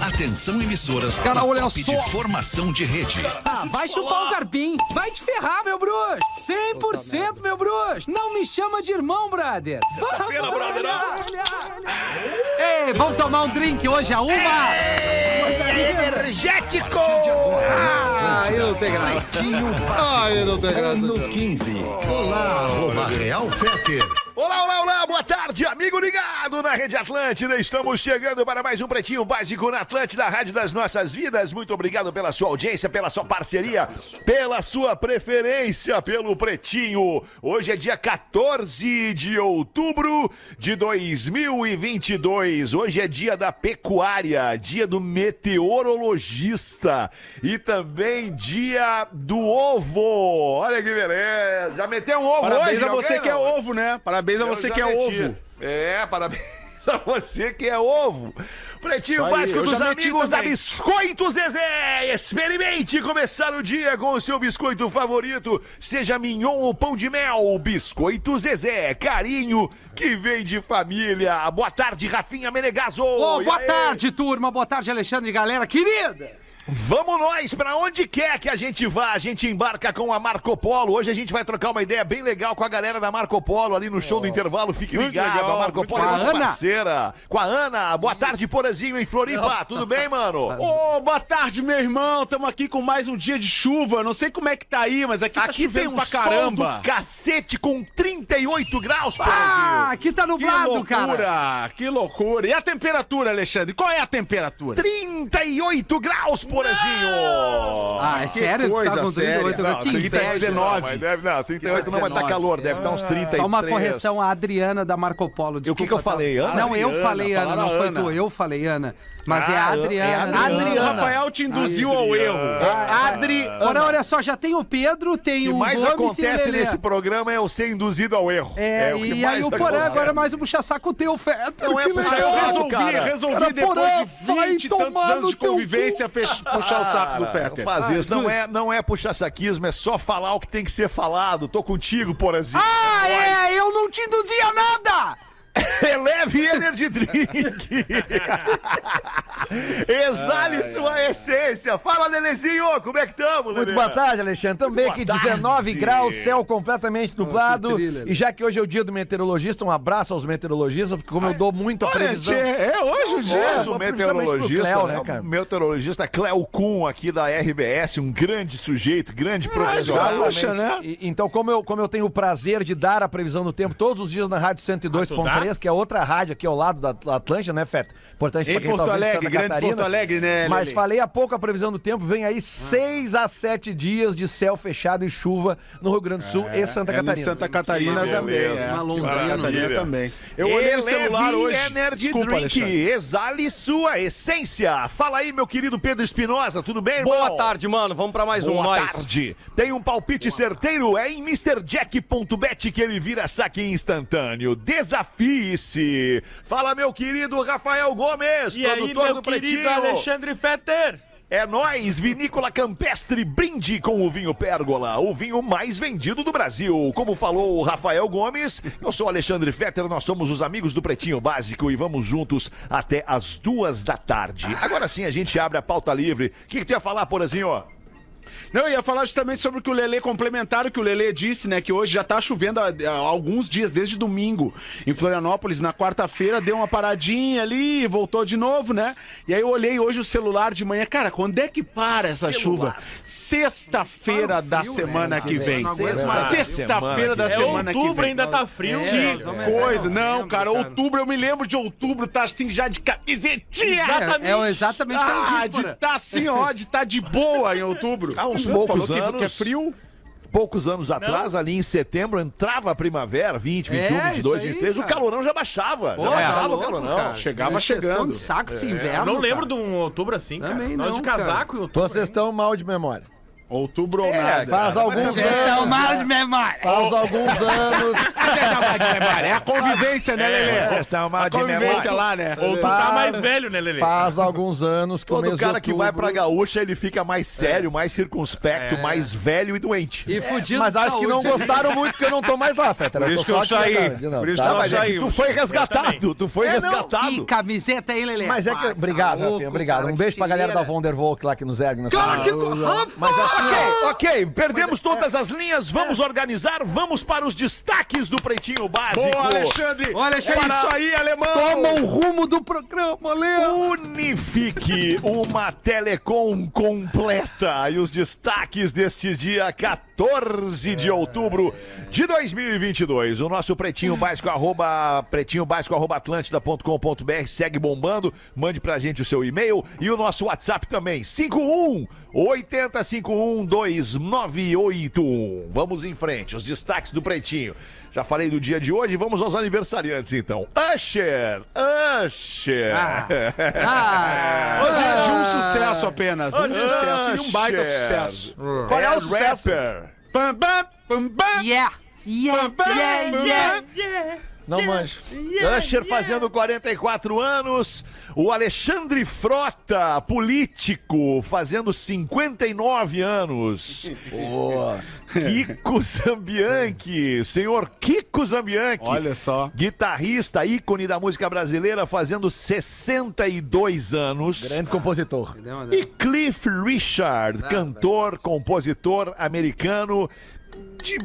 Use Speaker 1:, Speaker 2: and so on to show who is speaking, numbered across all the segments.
Speaker 1: Atenção emissoras para
Speaker 2: Cara,
Speaker 1: o
Speaker 2: olha
Speaker 1: top
Speaker 2: só.
Speaker 1: de formação de rede.
Speaker 2: Ah, vai chupar um carpim. Vai te ferrar, meu bruxo. 100%, meu bruxo. Não me chama de irmão, brother. Vamos
Speaker 3: brother,
Speaker 2: olhar. Ei, vamos tomar um drink hoje a
Speaker 3: É.
Speaker 2: uma?
Speaker 3: Energético!
Speaker 2: Ah, eu não tenho graça. Ah, eu não tenho
Speaker 4: Ano 15. Olá, arroba Real Feter.
Speaker 3: Olá, olá, olá, boa tarde, amigo ligado na Rede Atlântida. Estamos chegando para mais um Pretinho Básico na Atlântida, Rádio das Nossas Vidas. Muito obrigado pela sua audiência, pela sua parceria, pela sua preferência pelo Pretinho. Hoje é dia 14 de outubro de 2022. Hoje é dia da pecuária, dia do meteorologista e também dia do ovo. Olha que beleza. Já meteu um ovo
Speaker 5: Parabéns
Speaker 3: hoje?
Speaker 5: a você
Speaker 3: alguém,
Speaker 5: que é
Speaker 3: não?
Speaker 5: ovo, né? Parabéns a
Speaker 3: Eu
Speaker 5: você
Speaker 3: já
Speaker 5: que é
Speaker 3: meti.
Speaker 5: ovo.
Speaker 3: É, parabéns a você que é ovo. Pretinho
Speaker 5: Tá Aí,
Speaker 3: básico
Speaker 5: eu
Speaker 3: dos
Speaker 5: já meti
Speaker 3: amigos da
Speaker 5: também.
Speaker 3: Biscoitos Zezé. Experimente começar o dia com o seu biscoito favorito, seja mignon ou pão de mel. Biscoito Zezé, carinho que vem de família. Boa tarde, Rafinha Menegaso.
Speaker 2: Ô,
Speaker 3: E
Speaker 2: boa
Speaker 3: aí?
Speaker 2: tarde, turma. Boa tarde, Alexandre, galera querida.
Speaker 3: Vamos nós, pra onde quer que a gente vá, a gente embarca com a Marco Polo. Hoje a gente vai trocar uma ideia bem legal com a galera da Marco Polo ali no show do intervalo. Fique
Speaker 5: Oh, Muito
Speaker 3: ligado,
Speaker 5: legal,
Speaker 3: a Marco
Speaker 5: muito
Speaker 3: Polo
Speaker 2: legal.
Speaker 3: é
Speaker 2: Com a
Speaker 3: uma
Speaker 2: Ana?
Speaker 3: parceira. Com a Ana, boa tarde, Porazinho, em Floripa. Tudo bem, mano? Ô,
Speaker 5: Hum. Ô, boa tarde, meu irmão. Tamo aqui com mais um dia de chuva. Não sei como é que tá aí, mas aqui, tá
Speaker 3: Aqui tem
Speaker 5: chovendo
Speaker 3: um
Speaker 5: pra
Speaker 3: caramba.
Speaker 5: caramba.
Speaker 3: sol do cacete com 38 graus, Porazinho.
Speaker 2: Ah, aqui tá
Speaker 5: Que
Speaker 2: nublado,
Speaker 5: loucura,
Speaker 2: cara.
Speaker 5: que loucura. E a temperatura, Alexandre? Qual é a temperatura?
Speaker 3: 38 graus, Porazinho.
Speaker 2: Ah, é sério?
Speaker 5: coisa
Speaker 2: tá com
Speaker 5: séria.
Speaker 2: 38
Speaker 5: Não,
Speaker 2: graus. Que
Speaker 5: aqui tá
Speaker 2: inveja.
Speaker 5: 19.
Speaker 3: Não, mas deve, não, 38 não vai estar
Speaker 5: 19.
Speaker 3: calor, deve estar uns 33.
Speaker 2: Só uma correção, a Adriana da Marco Polo.
Speaker 3: que
Speaker 2: Desculpa,
Speaker 3: que eu
Speaker 2: tá?
Speaker 3: falei, Ana?
Speaker 2: Não, eu
Speaker 3: Adriana,
Speaker 2: falei Ana,
Speaker 3: falaram
Speaker 2: não foi
Speaker 3: Ana.
Speaker 2: tu, eu falei Ana. Mas é a
Speaker 3: Ah, é a
Speaker 2: Adriana.
Speaker 3: Adriana.
Speaker 5: O Rafael te induziu ao
Speaker 3: Ah,
Speaker 2: É,
Speaker 5: erro.
Speaker 2: Adri. Ora, olha só, já tem o Pedro, tem
Speaker 3: O que
Speaker 2: o
Speaker 3: ah, mais
Speaker 2: Gomes e
Speaker 3: acontece
Speaker 2: o Lelê.
Speaker 3: nesse programa é eu ser induzido ao erro.
Speaker 2: É,
Speaker 3: que
Speaker 2: e
Speaker 3: mais
Speaker 2: aí o
Speaker 3: acontece.
Speaker 2: Porã agora é mais um puxa-saco teu, Fetter.
Speaker 3: Não é
Speaker 2: que
Speaker 3: puxar
Speaker 2: legal.
Speaker 5: Eu
Speaker 3: saco,
Speaker 5: resolvi,
Speaker 3: cara.
Speaker 5: resolvi
Speaker 2: Cara, porra,
Speaker 5: depois de
Speaker 2: vai
Speaker 5: 20 e tantos
Speaker 2: tomar no
Speaker 5: anos de
Speaker 2: teu
Speaker 5: convivência fech- puxar o saco do
Speaker 3: Cara, não
Speaker 5: Fetter.
Speaker 3: faz isso. Não é, não é puxar saquismo, é só falar o que tem que ser falado. Tô contigo, Porazinho.
Speaker 2: Ah, é, eu não te induzia nada!
Speaker 3: Eleve Energy Drink. Exale sua essência. Fala, Lelezinho, como é que estamos, Lele?
Speaker 6: Muito boa tarde, Alexandre. Também aqui,
Speaker 3: tarde.
Speaker 6: 19 graus, céu completamente nublado.
Speaker 2: thriller.
Speaker 6: e já que hoje é o dia do meteorologista, um abraço aos meteorologistas, porque como eu dou muito a
Speaker 5: Olha,
Speaker 6: previsão...
Speaker 5: tchê, é hoje o dia.
Speaker 3: Nosso meteorologista,
Speaker 6: mas principalmente pro Cléo,
Speaker 3: né,
Speaker 6: né, cara?
Speaker 3: meteorologista Cléo Kuhn aqui da RBS, um grande sujeito, grande profissional.
Speaker 5: Gaúcha, né?
Speaker 6: E- então, como eu, como eu tenho o prazer de dar a previsão do tempo todos os dias na Rádio 102.3, que é outra rádio aqui ao lado da Atl- Atlântida, né, Feta? Importante
Speaker 5: Em
Speaker 6: pra quem
Speaker 5: Porto
Speaker 6: tá ouvindo de
Speaker 5: Alegre,
Speaker 6: Santa
Speaker 5: grande
Speaker 6: Catarina.
Speaker 5: Porto Alegre, né,
Speaker 6: Mas
Speaker 5: Lelê? Ah.
Speaker 6: falei há pouco a previsão do tempo, vem aí 6 a 7 dias de céu fechado e chuva no Rio Grande do Sul e Santa
Speaker 5: É,
Speaker 6: Catarina.
Speaker 5: Santa Catarina
Speaker 3: Que
Speaker 5: também.
Speaker 3: beleza.
Speaker 5: é.
Speaker 2: Uma
Speaker 5: Santa
Speaker 2: Londrina.
Speaker 5: Catarina também. Eu
Speaker 3: Eleve
Speaker 5: olhei
Speaker 6: é
Speaker 5: o celular hoje.
Speaker 3: Energy
Speaker 5: Desculpa,
Speaker 3: Drink,
Speaker 5: Alexandre.
Speaker 3: é exale sua essência. Fala aí, meu querido Pedro Espinosa, tudo bem, irmão?
Speaker 7: Boa tarde, mano. Vamos pra mais um
Speaker 3: Boa
Speaker 7: nós.
Speaker 3: tarde. Tem um palpite certeiro, é em MrJack.bet que ele vira saque instantâneo. Desafie-se. Fala, meu querido Rafael Gomes,
Speaker 7: E aí,
Speaker 3: produtor
Speaker 7: meu
Speaker 3: do
Speaker 7: querido
Speaker 3: Pretinho.
Speaker 7: Alexandre Fetter.
Speaker 3: É nós, Vinícola Campestre, brinde com o vinho Pérgola, o vinho mais vendido do Brasil. Como falou o Rafael Gomes, eu sou Alexandre Fetter, nós somos os amigos do Pretinho Básico e vamos juntos até as duas da tarde. Agora sim a gente abre a pauta livre. O que, que tu ia falar, Porazinho?
Speaker 5: Não, eu ia falar justamente sobre o que o Lelê complementar, o que o Lelê disse, né? Que hoje já tá chovendo há, há alguns dias, desde domingo, em Florianópolis. Na quarta-feira deu uma paradinha ali, e voltou de novo, né? E aí eu olhei hoje o celular de manhã. Cara, quando é que para essa chuva? Sexta-feira da semana que vem.
Speaker 2: Não aguento
Speaker 3: mais.
Speaker 5: Sexta-feira da
Speaker 7: É
Speaker 5: semana que vem.
Speaker 7: outubro, ainda tá frio.
Speaker 2: É,
Speaker 7: que...
Speaker 2: nós vamos-
Speaker 5: Coisa,
Speaker 2: É,
Speaker 5: não,
Speaker 2: lembro,
Speaker 5: cara,
Speaker 2: cara.
Speaker 5: outubro, eu me lembro de outubro, tá assim já de camisetinha.
Speaker 2: É, é exatamente o que eu
Speaker 5: Ah,
Speaker 2: disse,
Speaker 5: de
Speaker 2: Porã.
Speaker 5: tá assim, ó, de tá de boa em outubro.
Speaker 3: Há uns
Speaker 5: Tu
Speaker 3: poucos
Speaker 5: falou que-
Speaker 3: anos.
Speaker 5: Que é frio.
Speaker 3: Poucos anos atrás, ali em setembro, entrava a primavera, 20, 21,
Speaker 2: É,
Speaker 3: 22,
Speaker 2: isso aí,
Speaker 3: 23, o
Speaker 2: cara.
Speaker 3: calorão já baixava.
Speaker 2: Pô,
Speaker 6: É,
Speaker 3: já
Speaker 2: tá
Speaker 3: baixava o
Speaker 2: louco,
Speaker 3: calorão.
Speaker 2: cara.
Speaker 5: chegava
Speaker 2: Uma exceção
Speaker 5: chegando.
Speaker 2: de um saco esse
Speaker 7: Eu
Speaker 2: inverno.
Speaker 7: não lembro
Speaker 2: cara.
Speaker 7: de um outubro assim, cara.
Speaker 2: Também
Speaker 7: Nós
Speaker 2: não,
Speaker 7: de casaco em outubro.
Speaker 6: Vocês estão mal de memória.
Speaker 5: Outubro
Speaker 3: É,
Speaker 5: ou nada.
Speaker 6: Faz
Speaker 2: É,
Speaker 6: alguns
Speaker 8: Então,
Speaker 6: anos.
Speaker 8: mal de memória.
Speaker 6: Faz alguns anos.
Speaker 5: É a convivência, né, Lelê?
Speaker 4: Vocês estão mal
Speaker 5: a
Speaker 4: de
Speaker 5: convivência
Speaker 4: memória.
Speaker 5: lá, né?
Speaker 7: Ou tu tá mais velho, né, Lelê?
Speaker 6: Faz alguns anos que o mês
Speaker 3: Todo
Speaker 6: de
Speaker 3: cara que vai pra
Speaker 6: outubro-
Speaker 3: gaúcha, ele fica mais sério, mais circunspecto, mais velho e doente.
Speaker 2: E fudido
Speaker 6: Mas
Speaker 2: de
Speaker 6: acho que não
Speaker 2: saúde.
Speaker 6: gostaram muito porque eu não tô mais lá, Feta.
Speaker 7: Por
Speaker 6: tô
Speaker 7: isso que eu
Speaker 6: só aqui,
Speaker 7: saí.
Speaker 6: cara, de novo,
Speaker 7: Por isso
Speaker 6: tá?
Speaker 7: que eu
Speaker 3: mas é
Speaker 7: saí,
Speaker 3: que tu
Speaker 7: mas-
Speaker 3: foi
Speaker 7: também.
Speaker 3: resgatado, tu foi
Speaker 6: É, não,
Speaker 3: resgatado.
Speaker 2: Que camiseta aí, Lelê.
Speaker 6: Mas é que.
Speaker 2: Pá,
Speaker 6: Obrigado,
Speaker 2: tá
Speaker 6: Rafinha,
Speaker 2: louco,
Speaker 6: Obrigado.
Speaker 2: cara,
Speaker 6: um
Speaker 2: que
Speaker 6: beijo pra galera da
Speaker 2: cheireira.
Speaker 6: Von der Volk lá que nos ergue nessa.
Speaker 2: Claro que.
Speaker 6: Ah,
Speaker 2: Rafa!
Speaker 3: assim, Ok, ok, perdemos todas as linhas, vamos organizar, vamos para os destaques do Pretinho Básico. É
Speaker 5: Boa, Alexandre!
Speaker 2: Olha, Alexandre,
Speaker 5: Para aí, alemão!
Speaker 2: Toma o rumo do programa, Lelê.
Speaker 3: Unifique uma telecom completa e os destaques deste dia 14 de outubro de 2022. O nosso pretinho básico arroba pretinho básico arroba atlântida.com.br segue bombando. Mande pra gente o seu e-mail e o nosso WhatsApp também. 51 8051 2981. Vamos em frente, os destaques do pretinho. Já falei do dia de hoje, vamos aos aniversariantes então. Usher! Usher!
Speaker 2: Ah,
Speaker 5: Hoje é de um sucesso apenas. Um sucesso e um baita
Speaker 3: Usher.
Speaker 5: sucesso.
Speaker 6: Qual é o sucesso?
Speaker 3: rapper.
Speaker 5: Pam, pam, pam, pam.
Speaker 2: yeah. Yeah, yeah, yeah.
Speaker 6: Não manjo.
Speaker 3: Usher fazendo 44 anos. O Alexandre Frota, político, fazendo 59 anos. Kiko Zambianchi, senhor Kiko Zambianchi.
Speaker 5: Olha só.
Speaker 3: Guitarrista, ícone da música brasileira, fazendo 62 anos.
Speaker 6: Grande compositor.
Speaker 3: E Cliff Richard, cantor, compositor americano de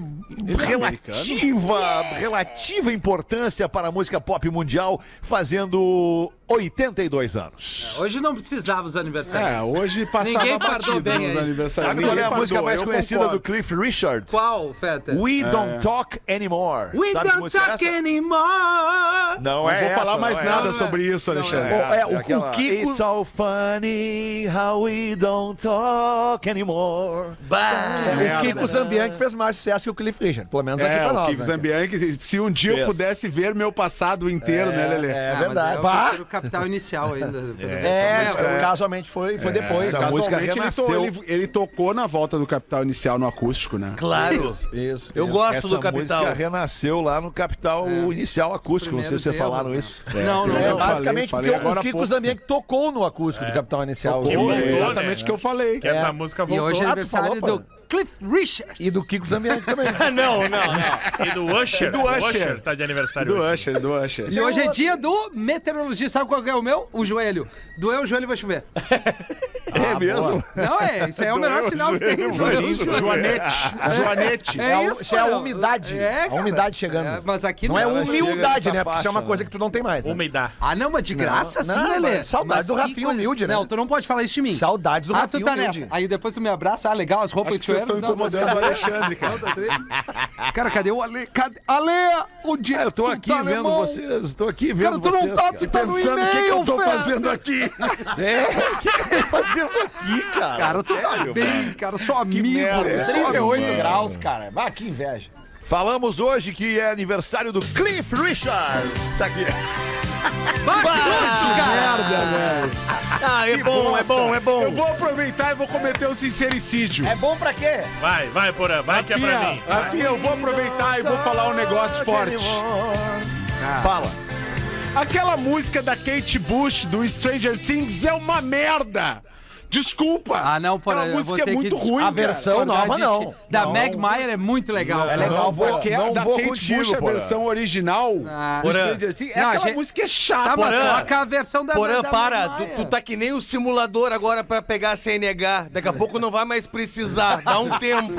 Speaker 5: é
Speaker 3: relativa, relativa importância para a música pop mundial, fazendo 82 anos.
Speaker 2: Hoje não precisava os aniversários.
Speaker 5: É, hoje passava
Speaker 2: Ninguém fardou
Speaker 5: batido
Speaker 2: bem
Speaker 5: nos
Speaker 2: aí.
Speaker 5: aniversários.
Speaker 3: Sabe qual é a
Speaker 5: Ninguém
Speaker 3: música
Speaker 5: fardou,
Speaker 3: mais
Speaker 5: eu
Speaker 3: conhecida
Speaker 5: concordo. É.
Speaker 3: do Cliff Richard?
Speaker 2: Qual, Feta?
Speaker 3: We Don't Talk Anymore.
Speaker 2: We
Speaker 3: Sabe que
Speaker 2: don't
Speaker 3: música é
Speaker 2: talk
Speaker 3: essa?
Speaker 2: anymore.
Speaker 3: Não,
Speaker 5: Não
Speaker 3: é
Speaker 5: vou
Speaker 3: essa,
Speaker 5: falar
Speaker 3: não
Speaker 5: mais
Speaker 3: é
Speaker 5: nada
Speaker 3: essa.
Speaker 5: sobre isso, Alexandre.
Speaker 6: é.
Speaker 3: É,
Speaker 6: o- o
Speaker 3: aquela,
Speaker 6: Kiko-
Speaker 3: It's so funny how we don't talk anymore.
Speaker 6: O Kiko Zambianchi fez mais sucesso que o Cliff Richard, pelo menos aqui
Speaker 5: É,
Speaker 6: pra
Speaker 5: o
Speaker 6: nós.
Speaker 5: Kiko
Speaker 6: né?
Speaker 5: Zambianchi, se um dia eu
Speaker 3: Fez.
Speaker 5: pudesse ver meu passado inteiro, né, Lelê?
Speaker 6: É
Speaker 2: Ah,
Speaker 6: verdade.
Speaker 2: Mas é o
Speaker 6: Bah!
Speaker 2: terceiro capital inicial ainda.
Speaker 6: É,
Speaker 2: Mas,
Speaker 6: é, casualmente foi, foi depois.
Speaker 3: Essa música é
Speaker 5: Casualmente, ele, to-
Speaker 3: renasceu.
Speaker 5: ele- ele tocou na volta do Capital Inicial no acústico, né?
Speaker 8: Claro.
Speaker 6: Isso.
Speaker 8: Eu
Speaker 6: isso.
Speaker 8: gosto
Speaker 3: Essa
Speaker 8: do Capital.
Speaker 3: música é renasceu lá no Capital Inicial Acústico. Não sei
Speaker 2: primeiros
Speaker 3: se vocês falaram
Speaker 2: erros,
Speaker 3: isso.
Speaker 2: né? Não, não,
Speaker 6: É,
Speaker 5: Eu
Speaker 2: não.
Speaker 5: falei,
Speaker 6: basicamente
Speaker 5: falei
Speaker 6: porque
Speaker 5: agora
Speaker 6: o
Speaker 5: há
Speaker 6: Kiko
Speaker 5: pouco.
Speaker 6: Zambianchi É. tocou no acústico do Capitão Inicial.
Speaker 5: Que
Speaker 6: E-
Speaker 5: bom,
Speaker 7: né?
Speaker 5: exatamente o que eu falei.
Speaker 7: Que essa música
Speaker 2: E
Speaker 7: voltou.
Speaker 2: hoje é
Speaker 6: Ah, tu
Speaker 2: aniversário
Speaker 6: falou,
Speaker 2: do Cliff Richards.
Speaker 6: E do Kiko Zambianchi também.
Speaker 7: Ah, não, não, não. E do Usher.
Speaker 5: E do Usher.
Speaker 7: tá de
Speaker 8: É.
Speaker 7: aniversário
Speaker 5: Do
Speaker 7: hoje.
Speaker 5: Usher, do Usher.
Speaker 2: E hoje é dia do meteorologista. Sabe qual é o meu? O joelho. Doeu o joelho, vai chover.
Speaker 3: É mesmo?
Speaker 2: Não, é. Isso aí é o melhor sinal que tem. Doeu o joelho.
Speaker 5: Joanete, Joanete.
Speaker 6: É, a-
Speaker 2: isso,
Speaker 6: isso é a
Speaker 2: cara.
Speaker 6: umidade.
Speaker 2: É,
Speaker 6: a
Speaker 2: cara.
Speaker 6: umidade chegando.
Speaker 2: É, mas aqui
Speaker 6: não é
Speaker 2: não.
Speaker 6: humildade,
Speaker 3: Chega
Speaker 6: né?
Speaker 3: nessa
Speaker 6: Porque isso é uma
Speaker 3: faixa,
Speaker 6: coisa que tu não tem mais. Né?
Speaker 7: Uma e dá.
Speaker 2: Ah, não, mas de graça
Speaker 6: não,
Speaker 2: sim,
Speaker 6: mas
Speaker 2: Lelê.
Speaker 6: saudade do
Speaker 2: que
Speaker 6: Rafinha
Speaker 2: coisa-
Speaker 6: humilde, né?
Speaker 2: Não, tu não pode falar isso de mim.
Speaker 6: Saudade do
Speaker 2: Ah,
Speaker 6: Rafinha
Speaker 2: tu tá
Speaker 6: humilde.
Speaker 2: nessa. Aí depois tu me abraça. Ah, legal, as roupas
Speaker 5: Acho que vocês estão
Speaker 2: Não, mas
Speaker 5: incomodando o Alexandre, cara.
Speaker 2: cadê- Cara, cadê o Ale? Cadê? Ale! Onde
Speaker 3: É, eu tô
Speaker 2: tu
Speaker 3: aqui
Speaker 2: tá,
Speaker 3: vendo
Speaker 2: alemão?
Speaker 3: vocês, tô aqui
Speaker 2: Cara,
Speaker 3: vendo
Speaker 2: tu não
Speaker 3: vocês,
Speaker 2: tá,
Speaker 3: cara.
Speaker 2: tu tá no e-mail,
Speaker 5: Pensando o que, que eu tô
Speaker 2: Fer.
Speaker 5: fazendo aqui.
Speaker 3: É, o que eu tô fazendo aqui, cara?
Speaker 2: Cara, tu tá
Speaker 3: Sério,
Speaker 2: bem,
Speaker 3: velho.
Speaker 2: cara. Só
Speaker 3: merda,
Speaker 2: amigo.
Speaker 3: é.
Speaker 2: Só
Speaker 6: 38
Speaker 2: amigo.
Speaker 6: graus, cara. Ah, que inveja.
Speaker 3: Falamos hoje que é aniversário do Cliff Richard. Tá aqui.
Speaker 2: Vai, susto, cara.
Speaker 7: Ah, é bom, é bom, é bom.
Speaker 5: Eu vou aproveitar e vou cometer
Speaker 3: um
Speaker 5: o sincericídio.
Speaker 6: É bom pra quê?
Speaker 7: Vai, vai, Porã, vai que é pra mim.
Speaker 5: Pia, a Pia, eu vou aproveitar e vou falar um
Speaker 3: Ah,
Speaker 5: negócio forte. Ah.
Speaker 3: Fala.
Speaker 5: Aquela música da Kate Bush do Stranger Things é uma merda. Desculpa.
Speaker 2: Ah, não,
Speaker 5: porra.
Speaker 2: porra,
Speaker 5: Aquela
Speaker 2: eu vou
Speaker 5: música
Speaker 2: ter
Speaker 5: é
Speaker 2: que
Speaker 5: muito
Speaker 2: dis-
Speaker 5: ruim,
Speaker 6: A versão
Speaker 5: cara.
Speaker 6: nova,
Speaker 2: Verdade,
Speaker 6: não.
Speaker 2: Da
Speaker 6: Não.
Speaker 2: Meg Mayer é muito legal.
Speaker 6: É legal,
Speaker 5: Não,
Speaker 6: vou-
Speaker 5: porque a
Speaker 3: não
Speaker 5: da
Speaker 3: vou
Speaker 5: Kate
Speaker 3: contigo,
Speaker 5: Bush, a
Speaker 3: porra.
Speaker 5: versão original
Speaker 2: Ah.
Speaker 5: do
Speaker 7: Porã.
Speaker 5: Stranger Things, é
Speaker 2: Não, a
Speaker 5: aquela
Speaker 2: gente-
Speaker 5: música é
Speaker 2: Tá, mas
Speaker 5: chata.
Speaker 7: Porã.
Speaker 2: toca a versão da
Speaker 7: Porã,
Speaker 2: da
Speaker 7: para.
Speaker 2: Meg
Speaker 7: Tu,
Speaker 2: Mayer.
Speaker 7: tu tá que nem o simulador agora pra pegar a CNH. Daqui a pouco não vai mais precisar. Dá um tempo.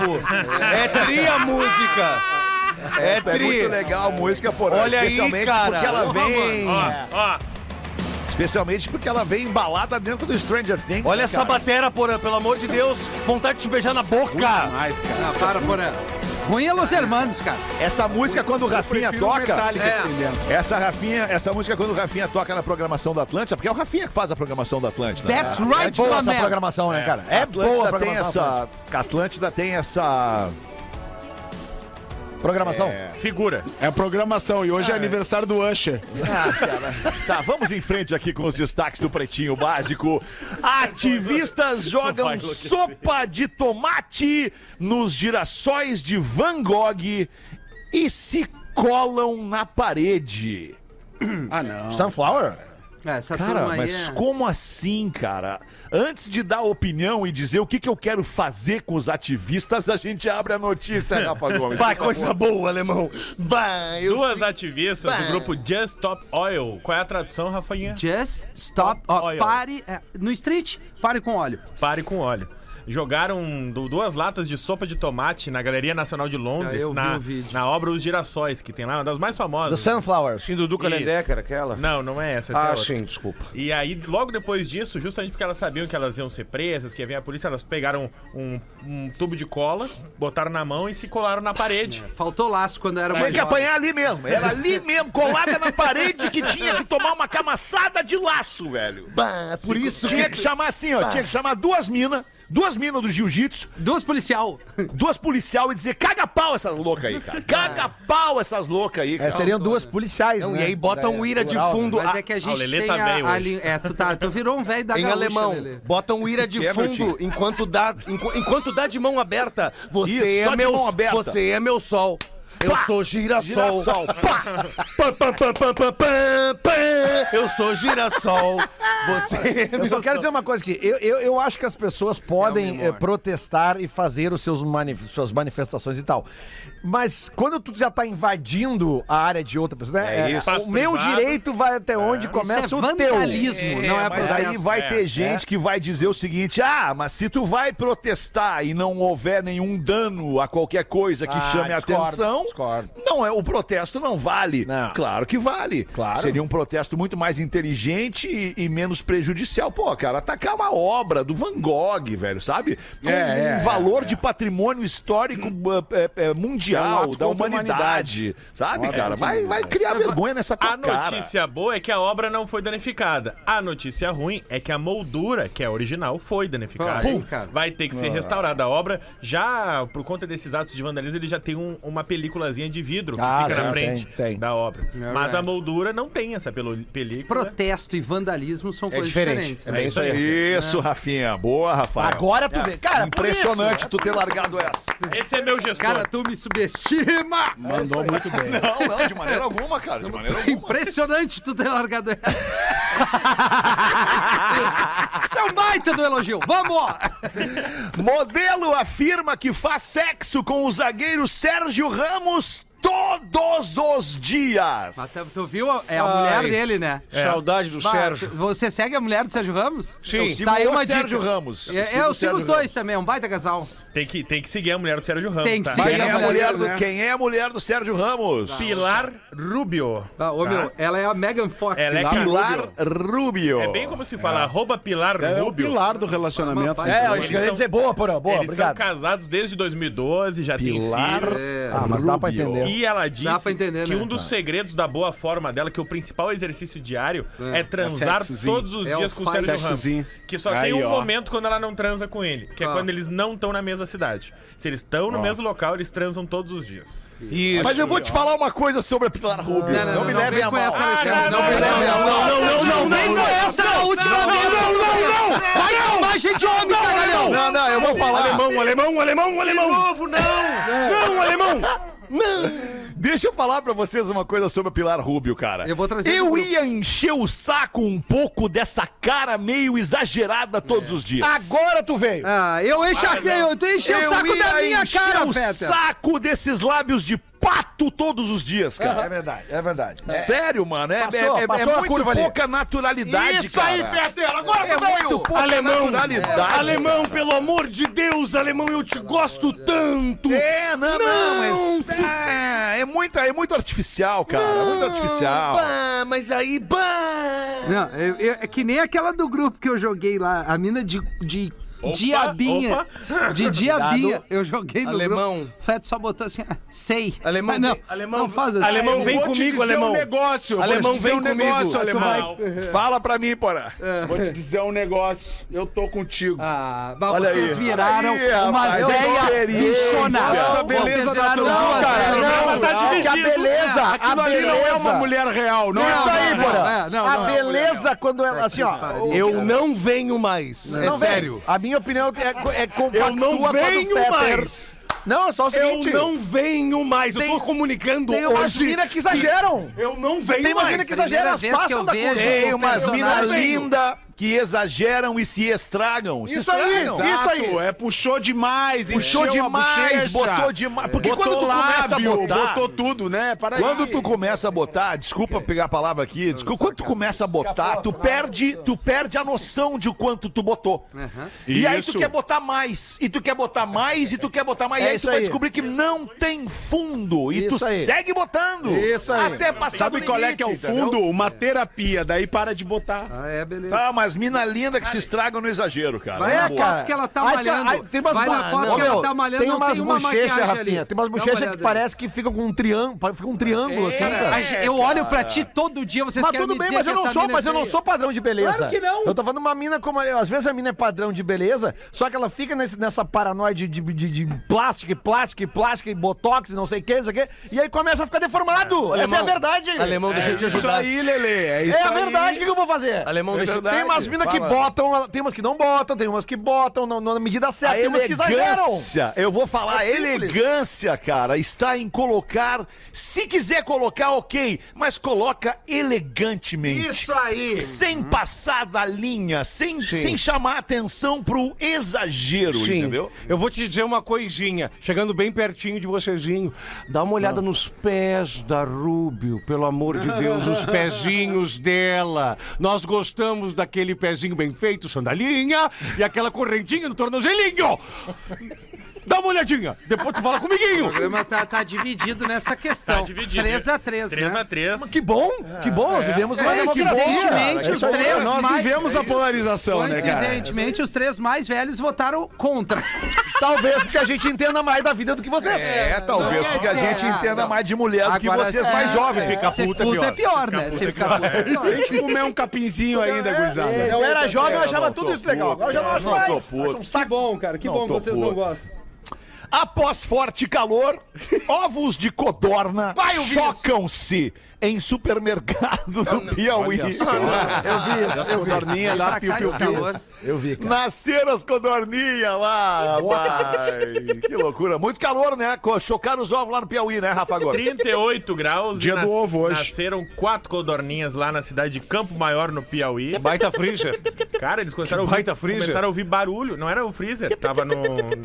Speaker 7: É tri a música. É
Speaker 3: É muito
Speaker 7: tri.
Speaker 3: legal a música, porra.
Speaker 7: Olha aí,
Speaker 3: especialmente
Speaker 7: cara.
Speaker 3: porque ela
Speaker 7: Porra,
Speaker 3: vem.
Speaker 8: É.
Speaker 7: ó.
Speaker 3: Especialmente porque ela vem embalada dentro do Stranger Things.
Speaker 7: Olha
Speaker 3: né,
Speaker 7: essa
Speaker 3: cara?
Speaker 7: batera, Porã, pelo amor de Deus. Vontade de te beijar na boca.
Speaker 5: Demais, cara.
Speaker 2: Não, para, porra. Ruim é Los Hermanos, cara.
Speaker 3: Essa música, quando o Rafinha
Speaker 5: Prefiro um
Speaker 3: toca.
Speaker 5: Metallica
Speaker 2: É.
Speaker 5: entendendo.
Speaker 3: Essa Rafinha, essa música quando o Rafinha toca na programação da Atlântida, porque é o Rafinha que faz a programação da Atlântida. né?
Speaker 2: That's
Speaker 6: É
Speaker 2: right,
Speaker 6: boa
Speaker 2: my
Speaker 6: essa
Speaker 2: man.
Speaker 6: programação, né, cara? É
Speaker 3: Atlântida
Speaker 6: boa a
Speaker 3: tem
Speaker 6: programação.
Speaker 3: essa. Atlântida tem essa.
Speaker 6: Programação.
Speaker 8: Figura.
Speaker 5: É a programação. E hoje é aniversário do Usher.
Speaker 3: Tá, vamos em frente aqui com os destaques do Pretinho Básico. Ativistas jogam sopa de tomate nos girassóis de Van Gogh e se colam na parede.
Speaker 5: Ah, não.
Speaker 6: Sunflower?
Speaker 2: Ah, essa
Speaker 3: Cara,
Speaker 2: turma aí
Speaker 3: mas
Speaker 2: é...
Speaker 3: como assim, cara? Antes de dar opinião e dizer o que, que eu quero fazer com os ativistas, a gente abre a notícia, Rafa Gomes.
Speaker 7: Bah, Ah, coisa boa, alemão. Bah, eu
Speaker 8: Duas
Speaker 7: sei-
Speaker 8: ativistas do grupo Just Stop Oil. Qual é a tradução, Rafainha?
Speaker 2: Just stop, ó,
Speaker 8: Oil.
Speaker 2: pare, é, no street, pare com óleo.
Speaker 8: Pare com óleo. Jogaram du- duas latas de sopa de tomate na Galeria Nacional de Londres,
Speaker 2: Eu vi
Speaker 8: na,
Speaker 2: o vídeo.
Speaker 8: na obra Os Girassóis, que tem lá, uma das mais
Speaker 6: Do
Speaker 8: famosas.
Speaker 6: Sunflowers.
Speaker 7: Fim do Duca
Speaker 8: Isso.
Speaker 7: Lendecker, aquela?
Speaker 8: Não, não é essa, essa é
Speaker 7: Ah,
Speaker 8: outra.
Speaker 7: sim, desculpa.
Speaker 8: E aí, logo depois disso, justamente porque elas sabiam que elas iam ser presas, que ia vir a polícia, elas pegaram um, um tubo de cola, botaram na mão e se colaram na parede.
Speaker 2: Faltou laço quando era
Speaker 3: Tinha
Speaker 2: mais
Speaker 3: que
Speaker 2: jovem.
Speaker 3: apanhar ali mesmo. Era ali mesmo, colada na parede, que tinha que tomar uma camaçada de laço, velho.
Speaker 7: Bah, por isso
Speaker 3: Tinha que chamar assim, ó. Tinha que chamar duas minas, duas minas do jiu-jitsu,
Speaker 2: Duas policial.
Speaker 3: duas policial e dizer: caga pau essas loucas aí, cara. Caga pau essas loucas aí,
Speaker 6: É,
Speaker 3: cara.
Speaker 6: seriam duas policiais,
Speaker 7: Não,
Speaker 6: né?
Speaker 7: e aí bota um ira de fundo.
Speaker 2: é Mas
Speaker 7: Ah,
Speaker 2: é que a
Speaker 8: o
Speaker 2: gente
Speaker 8: Lelê
Speaker 2: tem
Speaker 8: tá
Speaker 2: a,
Speaker 8: bem
Speaker 2: a
Speaker 8: hoje.
Speaker 2: li- É, tu, tá, tu virou um velho da
Speaker 7: Em
Speaker 2: gaúcha,
Speaker 7: alemão,
Speaker 2: Lelê.
Speaker 7: bota um ira de
Speaker 3: Que é, meu
Speaker 7: fundo
Speaker 3: tio?
Speaker 7: enquanto dá, enqu- enquanto dá de mão aberta. Você
Speaker 3: Isso, só de
Speaker 7: é meu,
Speaker 3: mão aberta.
Speaker 7: você é meu sol. Eu sou girassol.
Speaker 3: Girassol, pá!
Speaker 7: Pam, pam, pam, pam, pam, pam, pam. Eu sou girassol. Você é
Speaker 6: Eu
Speaker 7: meu
Speaker 6: só quero dizer uma coisa aqui. Eu, eu, eu acho que as pessoas podem
Speaker 2: menor.
Speaker 6: eh, protestar e fazer os seus mani- suas manifestações e tal. Mas quando tu já tá invadindo a área de outra pessoa, né? eh,
Speaker 8: Espaço
Speaker 6: o meu
Speaker 8: privado.
Speaker 6: direito vai até onde começa
Speaker 2: Isso é
Speaker 6: o teu.
Speaker 2: vandalismo, não é
Speaker 3: Mas
Speaker 2: protesto.
Speaker 3: aí vai né? ter gente que vai dizer o seguinte: ah, mas se tu vai protestar e não houver nenhum dano a qualquer coisa que
Speaker 6: Ah,
Speaker 3: chame a
Speaker 6: discordo,
Speaker 3: atenção,
Speaker 6: discordo.
Speaker 3: não é o protesto não vale.
Speaker 6: Não.
Speaker 3: Claro que vale.
Speaker 6: Claro.
Speaker 3: Seria um protesto muito mais inteligente e, e menos prejudicial. Pô, cara, atacar uma obra do Van Gogh, velho, sabe? Um,
Speaker 5: É, é,
Speaker 3: um valor de patrimônio histórico eh, eh, eh, mundial
Speaker 5: É um ato
Speaker 3: da
Speaker 5: contra a
Speaker 3: humanidade, sabe, cara? Vai, vai criar vergonha nessa tua
Speaker 8: A
Speaker 3: cara.
Speaker 8: notícia boa é que a obra não foi danificada. A notícia ruim é que a moldura, que é a original, foi danificada.
Speaker 2: Pô, aí, cara.
Speaker 8: Vai ter que ser restaurada a obra. Já, por conta desses atos de vandalismo, ele já tem um- uma peliculazinha de vidro que
Speaker 6: Ah,
Speaker 8: fica
Speaker 6: sim,
Speaker 8: na frente
Speaker 6: tem, tem.
Speaker 8: da obra. Mas
Speaker 2: verdade.
Speaker 8: a moldura não tem essa pelo- película.
Speaker 2: Protesto e vandalismo são coisas
Speaker 4: diferente.
Speaker 2: diferentes. né?
Speaker 8: É isso aí.
Speaker 3: Isso, Rafinha. Boa, Rafael.
Speaker 6: Agora tu vê. Cara, por
Speaker 3: Impressionante tu ter largado essa.
Speaker 8: Esse é meu gestor.
Speaker 2: Cara, tu me subestima!
Speaker 5: Mandou muito bem.
Speaker 3: Não, não, de maneira alguma, cara. De maneira alguma.
Speaker 2: Impressionante tu ter largado essa. Isso é um baita do elogio. Vamos!
Speaker 3: Modelo afirma que faz sexo com o zagueiro Sérgio Ramos todos os dias.
Speaker 2: Mas tu viu? É a mulher dele, né?
Speaker 7: Saudade do
Speaker 2: Bah, tu- Você segue a mulher do Sérgio Ramos?
Speaker 3: Eu sigo
Speaker 2: Tá aí
Speaker 3: o
Speaker 2: uma
Speaker 3: Sérgio
Speaker 2: dica.
Speaker 3: Ramos.
Speaker 2: É, Eu,
Speaker 3: o
Speaker 2: sigo
Speaker 3: Sérgio
Speaker 2: os dois também, é um baita casal.
Speaker 8: Tem, que, tem que seguir a mulher do Sérgio Ramos.
Speaker 2: Tem que
Speaker 8: tá?
Speaker 2: seguir.
Speaker 3: Ramos. Quem é, a mulher do,
Speaker 5: Né?
Speaker 3: quem é a mulher do Sérgio Ramos?
Speaker 8: Pilar Rubio.
Speaker 2: Ah, ô, meu, ela é a Megan Fox.
Speaker 8: Ela é
Speaker 2: Tá?
Speaker 3: Pilar Rubio.
Speaker 8: É bem como se fala, arroba Pilar
Speaker 5: É o
Speaker 8: Rubio.
Speaker 5: pilar do relacionamento.
Speaker 2: Mas-
Speaker 5: né?
Speaker 6: É, eu
Speaker 8: Eles
Speaker 6: acho que eu ia
Speaker 8: são-
Speaker 6: dizer boa, Porã. Boa,
Speaker 8: Eles são
Speaker 6: obrigado.
Speaker 8: casados desde 2012, já tem
Speaker 3: Pilar.
Speaker 8: filhos.
Speaker 6: Ah, mas dá pra
Speaker 3: Rubio.
Speaker 6: entender.
Speaker 8: E ela disse
Speaker 2: É. Dá pra entender,
Speaker 8: que
Speaker 2: né?
Speaker 8: um dos segredos da boa forma dela, que é o principal exercício diário, é, transar
Speaker 5: sexozinho.
Speaker 8: todos os
Speaker 2: É
Speaker 8: dias
Speaker 2: o
Speaker 8: com o Sérgio Ramos.
Speaker 5: sexozinho.
Speaker 8: Que só
Speaker 3: Aí,
Speaker 8: tem um
Speaker 3: ó.
Speaker 8: momento quando ela não transa com ele, que é
Speaker 2: Ah.
Speaker 8: quando eles não estão na mesma cidade. Se eles estão no mesmo local, eles transam todos os dias.
Speaker 3: Mas eu vou te falar uma coisa sobre a Pilar Rubio.
Speaker 2: Não,
Speaker 3: é Não,
Speaker 2: não, não,
Speaker 3: me
Speaker 2: não
Speaker 3: levem
Speaker 2: vem
Speaker 3: a
Speaker 2: com
Speaker 3: mal.
Speaker 2: essa,
Speaker 8: Ah,
Speaker 2: Alexandre. Não
Speaker 8: não,
Speaker 2: vem com
Speaker 8: não,
Speaker 2: essa.
Speaker 8: não, não, não, não,
Speaker 2: Vem com essa na última vez. Não, não, não. Vai tomar gente homem, caralho.
Speaker 3: Não, não, eu vou falar.
Speaker 7: Alemão, alemão, alemão, alemão.
Speaker 8: Novo, não!
Speaker 7: Não, alemão.
Speaker 3: Deixa eu falar pra vocês uma coisa sobre a Pilar Rubio, cara.
Speaker 2: Eu vou trazer no
Speaker 3: Eu
Speaker 2: grupo.
Speaker 3: ia encher o saco um pouco dessa cara meio exagerada todos os dias.
Speaker 6: Agora tu veio.
Speaker 2: Ah, eu enchi, a- eu tu enchi o saco da minha
Speaker 3: encher
Speaker 2: cara,
Speaker 3: o
Speaker 2: Feta.
Speaker 3: saco desses lábios de pato todos os dias, cara.
Speaker 6: É verdade, é verdade.
Speaker 3: Sério, mano, é,
Speaker 6: Passou,
Speaker 3: é, é,
Speaker 6: passou
Speaker 3: é
Speaker 6: a
Speaker 3: muito
Speaker 6: curva ali.
Speaker 3: pouca naturalidade,
Speaker 7: Isso
Speaker 3: cara.
Speaker 7: aí, Fetel. Agora
Speaker 3: É
Speaker 7: tu
Speaker 3: muito
Speaker 7: veio.
Speaker 3: pouca
Speaker 7: Alemão. é,
Speaker 3: naturalidade.
Speaker 7: Alemão, pelo amor de Deus, alemão, eu te gosto tanto.
Speaker 3: É, não, não,
Speaker 7: Não,
Speaker 3: mas é, é, muita, é muito artificial, cara. É muito artificial.
Speaker 7: Bah, mas aí, bah.
Speaker 2: Não, eu- eu- é que nem aquela do grupo que eu joguei lá, a mina de, de diabinha. De diabinha. Eu joguei no
Speaker 7: Alemão.
Speaker 2: grupo. O Fed só botou assim, ah, sei.
Speaker 7: Alemão
Speaker 2: Ah, não,
Speaker 7: vem- alemão
Speaker 2: não faz assim.
Speaker 7: alemão
Speaker 3: É,
Speaker 5: Eu
Speaker 7: vem
Speaker 5: vou te
Speaker 7: comigo,
Speaker 5: dizer
Speaker 7: alemão.
Speaker 5: um negócio. eu vou te
Speaker 7: Alemão,
Speaker 5: dizer
Speaker 7: vem
Speaker 5: um negócio,
Speaker 7: comigo.
Speaker 5: alemão.
Speaker 3: Fala pra mim, Porã.
Speaker 7: É.
Speaker 5: Vou te dizer um negócio. Eu tô contigo.
Speaker 2: Ah, mas
Speaker 5: Olha
Speaker 2: vocês
Speaker 5: aí.
Speaker 2: viraram
Speaker 3: Olha aí,
Speaker 2: uma
Speaker 3: rapaz, é uma
Speaker 2: véia
Speaker 3: experiência.
Speaker 2: bichona.
Speaker 5: Olha a beleza
Speaker 2: Vocês
Speaker 5: natural,
Speaker 2: não,
Speaker 5: cara.
Speaker 2: não,
Speaker 5: Não,
Speaker 2: não,
Speaker 8: tá
Speaker 6: que a
Speaker 8: dividido.
Speaker 6: beleza,
Speaker 7: Ah,
Speaker 6: a
Speaker 5: Aquilo ali
Speaker 6: beleza.
Speaker 5: não é uma mulher real, não, é
Speaker 6: Isso
Speaker 5: uma
Speaker 6: aí,
Speaker 2: não,
Speaker 6: Porã.
Speaker 2: é, não,
Speaker 6: a
Speaker 2: não Tá é mulher,
Speaker 6: beleza quando ela. Assim, ó.
Speaker 2: pariu.
Speaker 6: o-
Speaker 7: Eu não venho mais. é
Speaker 6: não, velho,
Speaker 7: sério.
Speaker 6: A minha opinião é, é compactua
Speaker 7: Eu não
Speaker 6: com a do
Speaker 7: venho
Speaker 6: Fetter.
Speaker 7: mais.
Speaker 6: Não, é só o
Speaker 7: Eu
Speaker 6: seguinte.
Speaker 7: não venho mais. eu
Speaker 6: Tem-
Speaker 7: tô comunicando
Speaker 6: Tem umas
Speaker 7: hoje.
Speaker 6: minas que exageram.
Speaker 7: Eu não venho
Speaker 6: Tem umas
Speaker 7: mais.
Speaker 6: minas que exageram,
Speaker 2: Primeira vez
Speaker 6: elas
Speaker 2: que tá-
Speaker 6: passam
Speaker 2: eu
Speaker 6: da
Speaker 2: vejo.
Speaker 6: curva.
Speaker 3: Tem
Speaker 2: o
Speaker 3: umas minas
Speaker 2: personagem-
Speaker 3: lindas que exageram e se estragam. Se
Speaker 6: Isso aí,
Speaker 3: estragam.
Speaker 6: isso aí.
Speaker 5: Exato, É, puxou demais,
Speaker 3: Puxou
Speaker 5: encheu a
Speaker 3: demais,
Speaker 5: bochecha,
Speaker 3: botou demais. Porque
Speaker 5: botou
Speaker 3: quando tu começa a
Speaker 5: lábio,
Speaker 3: botar.
Speaker 5: botou tudo, né? Para aí.
Speaker 3: Quando tu começa a botar, desculpa pegar a palavra aqui, desculpa, quando tu começa a botar, tu perde, tu perde a noção de o quanto tu botou. E aí tu
Speaker 5: Uhum. Isso.
Speaker 3: quer botar mais, e tu quer botar mais, e tu quer botar mais,
Speaker 6: É
Speaker 3: e aí tu
Speaker 6: isso
Speaker 3: vai
Speaker 6: aí.
Speaker 3: descobrir que não tem fundo, e
Speaker 6: Isso
Speaker 3: tu
Speaker 6: aí.
Speaker 3: segue botando.
Speaker 6: Isso aí.
Speaker 3: Até passar
Speaker 5: Sabe
Speaker 3: do
Speaker 5: qual é
Speaker 3: limite,
Speaker 5: que é o
Speaker 3: entendeu?
Speaker 5: fundo? Uma terapia, daí para de botar.
Speaker 2: Ah, é, beleza.
Speaker 6: Tá,
Speaker 3: Ah, mas mina linda que se estragam no exagero, cara.
Speaker 2: Vai
Speaker 6: É,
Speaker 2: na
Speaker 6: cara.
Speaker 2: foto que ela tá
Speaker 6: Aí,
Speaker 2: malhando.
Speaker 6: aí, tem umas
Speaker 2: Vai
Speaker 6: ba-
Speaker 2: na foto
Speaker 6: não,
Speaker 2: que ela
Speaker 6: meu,
Speaker 2: tá malhando,
Speaker 6: tem
Speaker 2: não
Speaker 6: umas
Speaker 2: tem uma
Speaker 6: bochechas,
Speaker 2: maquiagem
Speaker 6: Rafinha.
Speaker 2: ali.
Speaker 6: Tem umas
Speaker 2: Dá uma
Speaker 6: bochechas que
Speaker 2: olhada
Speaker 6: parece que fica com um triângulo, fica um triângulo assim,
Speaker 2: ali.
Speaker 6: cara.
Speaker 2: Cara, eu olho pra ti todo dia, vocês
Speaker 6: Mas
Speaker 2: querem
Speaker 6: tudo
Speaker 2: me
Speaker 6: bem,
Speaker 2: dizer
Speaker 6: mas eu
Speaker 2: que
Speaker 6: não
Speaker 2: essa
Speaker 6: sou,
Speaker 2: mina
Speaker 6: mas
Speaker 2: é
Speaker 6: eu não
Speaker 2: feia.
Speaker 6: sou padrão de beleza.
Speaker 2: Claro que não.
Speaker 6: Eu tô falando uma mina como. Às vezes a mina é padrão de beleza, só que ela fica nesse- nessa paranoia de, de, de- de plástico, e plástico, e plástico, e botox, e não sei o que, não sei o que. E aí começa a ficar deformado. Essa é a verdade.
Speaker 7: Alemão, deixa eu
Speaker 3: É.
Speaker 7: te
Speaker 5: Isso
Speaker 7: ajudar.
Speaker 5: aí, Lelê. É, isso
Speaker 6: É a
Speaker 5: aí.
Speaker 6: verdade, o que, que eu vou fazer? É
Speaker 7: Alemão, deixa eu
Speaker 6: Tem umas minas que botam, ela- tem umas que não botam, tem umas que botam na, na medida certa,
Speaker 3: A
Speaker 6: tem umas que exageram.
Speaker 3: elegância, eu vou falar,
Speaker 6: É
Speaker 3: a
Speaker 6: simples.
Speaker 3: elegância, cara, está em colocar, se quiser colocar, ok, mas coloca elegantemente.
Speaker 6: Isso Uhum. aí.
Speaker 3: Sem passar da linha, sem, sem chamar atenção pro exagero,
Speaker 7: Sim.
Speaker 3: entendeu?
Speaker 7: Eu vou te dizer uma coisinha, chegando bem pertinho de vocêzinho, dá uma
Speaker 5: Ah.
Speaker 7: olhada nos pés da Rubio, pelo amor de Deus, os pezinhos dela. Nós gostamos daquele pezinho bem feito, sandalinha, e aquela correntinha no tornozelinho. Dá uma olhadinha, depois tu fala
Speaker 2: O
Speaker 7: comiguinho.
Speaker 2: programa tá, tá dividido nessa questão.
Speaker 8: Tá dividido.
Speaker 2: 3x3, né?
Speaker 8: 3x3.
Speaker 6: Que bom, que bom, nós vivemos
Speaker 2: É,
Speaker 6: uma democracia.
Speaker 2: coincidentemente,
Speaker 6: É
Speaker 2: os
Speaker 6: isso aí,
Speaker 2: três
Speaker 6: nós- né,
Speaker 5: Nós
Speaker 2: Mas-
Speaker 5: vivemos
Speaker 6: é
Speaker 5: a polarização, né, cara?
Speaker 2: Coincidentemente, os três mais velhos votaram contra.
Speaker 6: Talvez porque a gente entenda mais da vida do que vocês.
Speaker 3: É, talvez
Speaker 2: não,
Speaker 3: porque a
Speaker 2: é,
Speaker 3: gente
Speaker 2: é,
Speaker 3: entenda mais de mulher do que
Speaker 2: Agora,
Speaker 3: vocês
Speaker 2: é,
Speaker 3: mais jovens.
Speaker 2: é. Ser puta é pior, né? Você fica puta é pior.
Speaker 5: Tem que comer um capinzinho ainda,
Speaker 7: É.
Speaker 5: gurizada.
Speaker 6: Eu era jovem, eu achava
Speaker 3: não,
Speaker 6: tudo
Speaker 3: tô
Speaker 6: isso legal. Agora eu já não acho
Speaker 3: Não, tô
Speaker 6: mais.
Speaker 3: puto.
Speaker 6: Acho um saco.
Speaker 2: bom, cara. Que
Speaker 3: Não, tô puto.
Speaker 2: gostam.
Speaker 3: Após forte calor, ovos de codorna chocam-se em supermercado do Piauí.
Speaker 5: Ah, Eu vi isso. As codorninhas lá,
Speaker 2: Tá
Speaker 5: piu, piu, piu.
Speaker 6: Eu vi, cara.
Speaker 3: Nasceram as codorninhas lá, rapaz. Que loucura. Muito calor, né? Co- Chocaram os ovos lá no Piauí, né, Rafa Gomes?
Speaker 8: 38 graus.
Speaker 5: Dia
Speaker 8: e
Speaker 5: do ovo hoje.
Speaker 8: Nasceram quatro codorninhas lá na cidade de Campo Maior, no Piauí.
Speaker 7: Baita freezer.
Speaker 8: Cara, eles começaram a, ouvir,
Speaker 7: baita freezer.
Speaker 8: começaram a ouvir barulho. Não era o freezer, tava no,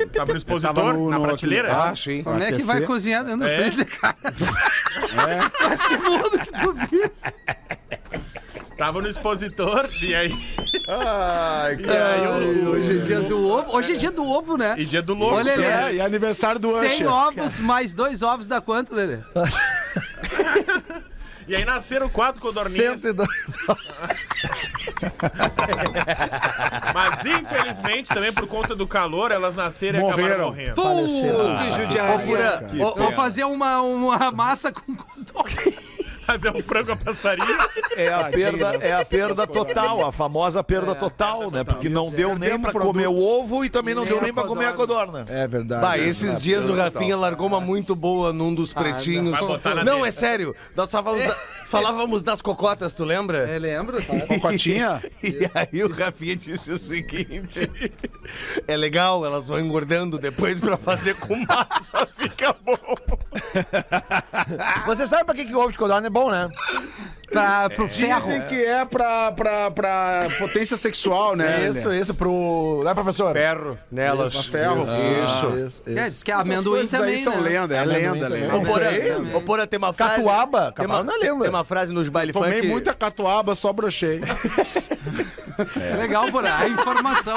Speaker 8: tava no expositor,
Speaker 5: Tava no-
Speaker 8: na
Speaker 5: no-
Speaker 8: prateleira.
Speaker 5: Ah,
Speaker 7: sim.
Speaker 2: Como é que vai cozinhar dentro do
Speaker 8: É?
Speaker 2: freezer, cara? Mas que mundo que tu vive.
Speaker 8: Tava no expositor e aí...
Speaker 3: Ai,
Speaker 8: E aí o...
Speaker 2: Hoje é dia do ovo. Hoje é dia do ovo, né?
Speaker 8: E dia do louco. né?
Speaker 2: Olha, ele
Speaker 5: É, e é aniversário do
Speaker 2: 100
Speaker 5: Usher.
Speaker 2: ovos mais dois ovos dá quanto, Lelê?
Speaker 8: E aí nasceram quatro codorninhas.
Speaker 6: 102.
Speaker 8: Mas infelizmente, também por conta do calor, elas nasceram e acabaram morrendo.
Speaker 5: Morreram.
Speaker 2: Pum! Que judiaria.
Speaker 7: Pura,
Speaker 2: Vou vou fazer uma, uma massa com contorno.
Speaker 8: Fazer um frango a passarinho.
Speaker 3: É a perda, é a perda total, a famosa
Speaker 9: É.
Speaker 3: perda total, né? Porque não deu nem pra comer o ovo e também não deu nem pra comer a codorna.
Speaker 6: É verdade. é
Speaker 7: Bah, esses dias o Rafinha largou uma muito boa num
Speaker 6: Ah,
Speaker 7: dos pretinhos.
Speaker 8: Vai botar na
Speaker 7: não,
Speaker 8: mesa.
Speaker 7: é sério. Nós falávamos, da- falávamos das cocotas, tu lembra?
Speaker 2: É, lembro.
Speaker 5: Cotinha?
Speaker 7: E aí o Rafinha disse o seguinte: É legal, elas vão engordando depois pra fazer com massa, fica bom.
Speaker 6: Você sabe pra que, que o ovo de codorna é bom, né?
Speaker 2: Pra, pro ferro.
Speaker 5: Dizem que é pra, pra, pra potência sexual, né?
Speaker 9: É,
Speaker 6: isso, isso, pro. Né, professor?
Speaker 7: Ferro nelas.
Speaker 5: Ferro. Ah,
Speaker 7: Isso.
Speaker 6: Isso, isso.
Speaker 2: É, diz que
Speaker 5: Essas
Speaker 2: amendoim
Speaker 5: coisas aí
Speaker 2: também,
Speaker 5: são
Speaker 2: né?
Speaker 5: lenda, é lenda,
Speaker 6: também.
Speaker 5: lenda.
Speaker 7: Ô, Porã,
Speaker 6: Isso
Speaker 2: aí.
Speaker 7: ô, Porã, tem uma frase.
Speaker 6: Catuaba?
Speaker 7: Tem uma,
Speaker 6: Catuaba não é lenda.
Speaker 7: tem uma frase nos baile
Speaker 5: Tomei
Speaker 7: funk.
Speaker 5: muita catuaba, só brochei.
Speaker 2: É. Legal, por a informação.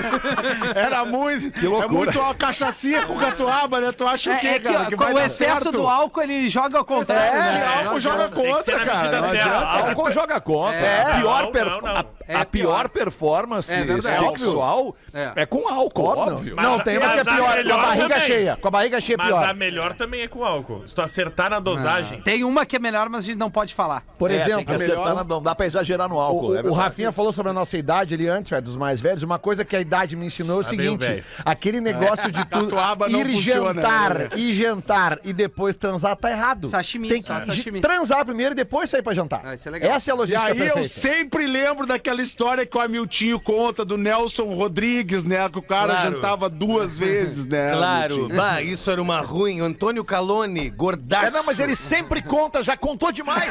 Speaker 9: Era muito. Que
Speaker 3: loucura.
Speaker 9: É muito ó, cachaçinha com catuaba, né? Tu acha o quê,
Speaker 2: É, é que,
Speaker 9: cara?
Speaker 2: ó,
Speaker 9: que
Speaker 2: com
Speaker 9: vai
Speaker 2: o
Speaker 9: dar
Speaker 2: excesso
Speaker 9: certo?
Speaker 2: do álcool, ele joga ao contrário.
Speaker 9: É,
Speaker 2: né?
Speaker 9: álcool
Speaker 2: Não
Speaker 9: joga
Speaker 2: adianta.
Speaker 8: Tem que ser
Speaker 9: contra, cara.
Speaker 8: na medida
Speaker 9: não
Speaker 8: certa.
Speaker 9: adianta.
Speaker 3: Ah,
Speaker 10: Álcool joga contra.
Speaker 2: É.
Speaker 10: A pior,
Speaker 8: Não,
Speaker 10: per-
Speaker 8: não, não.
Speaker 10: A,
Speaker 2: É
Speaker 10: a pior
Speaker 2: pior.
Speaker 10: performance
Speaker 2: É verdade.
Speaker 10: sexual
Speaker 2: É.
Speaker 10: é. com álcool, óbvio.
Speaker 6: não,
Speaker 8: Mas-
Speaker 6: tem uma que é
Speaker 8: mas a
Speaker 6: pior, com a
Speaker 8: melhor
Speaker 6: barriga
Speaker 8: também.
Speaker 6: cheia. Com a barriga cheia é
Speaker 8: Mas a
Speaker 6: pior.
Speaker 8: melhor também é com álcool. Se tu acertar na dosagem.
Speaker 2: Tem uma que é melhor, mas a gente não pode falar.
Speaker 6: Por
Speaker 3: É,
Speaker 6: exemplo,
Speaker 3: tem que acertar, na- não dá pra exagerar no álcool.
Speaker 6: O,
Speaker 3: é
Speaker 6: o
Speaker 3: verdade.
Speaker 6: Rafinha falou sobre a nossa idade ali antes, velho, dos mais velhos. Uma coisa que a idade me ensinou é o
Speaker 8: bem o
Speaker 6: seguinte:
Speaker 8: velho.
Speaker 6: aquele negócio de tu
Speaker 9: Catuaba não
Speaker 6: ir
Speaker 9: funciona,
Speaker 6: jantar,
Speaker 9: né?
Speaker 6: ir jantar e depois transar tá errado.
Speaker 2: Sashimi,
Speaker 6: Tem que
Speaker 2: só sashimi.
Speaker 6: transar primeiro e depois sair pra jantar.
Speaker 2: Ah, isso é legal.
Speaker 6: Essa é a
Speaker 9: E
Speaker 6: logística
Speaker 9: aí eu
Speaker 6: perfeita.
Speaker 9: sempre lembro daquela história que o Hamiltinho conta do Nelson Rodrigues, né? Que o cara
Speaker 7: Claro.
Speaker 9: jantava duas vezes, né?
Speaker 7: Claro,
Speaker 9: Hamiltinho?
Speaker 7: bah, isso era uma ruim. Antônio Calone, gordaço.
Speaker 3: É, não, mas ele sempre conta, já contou demais.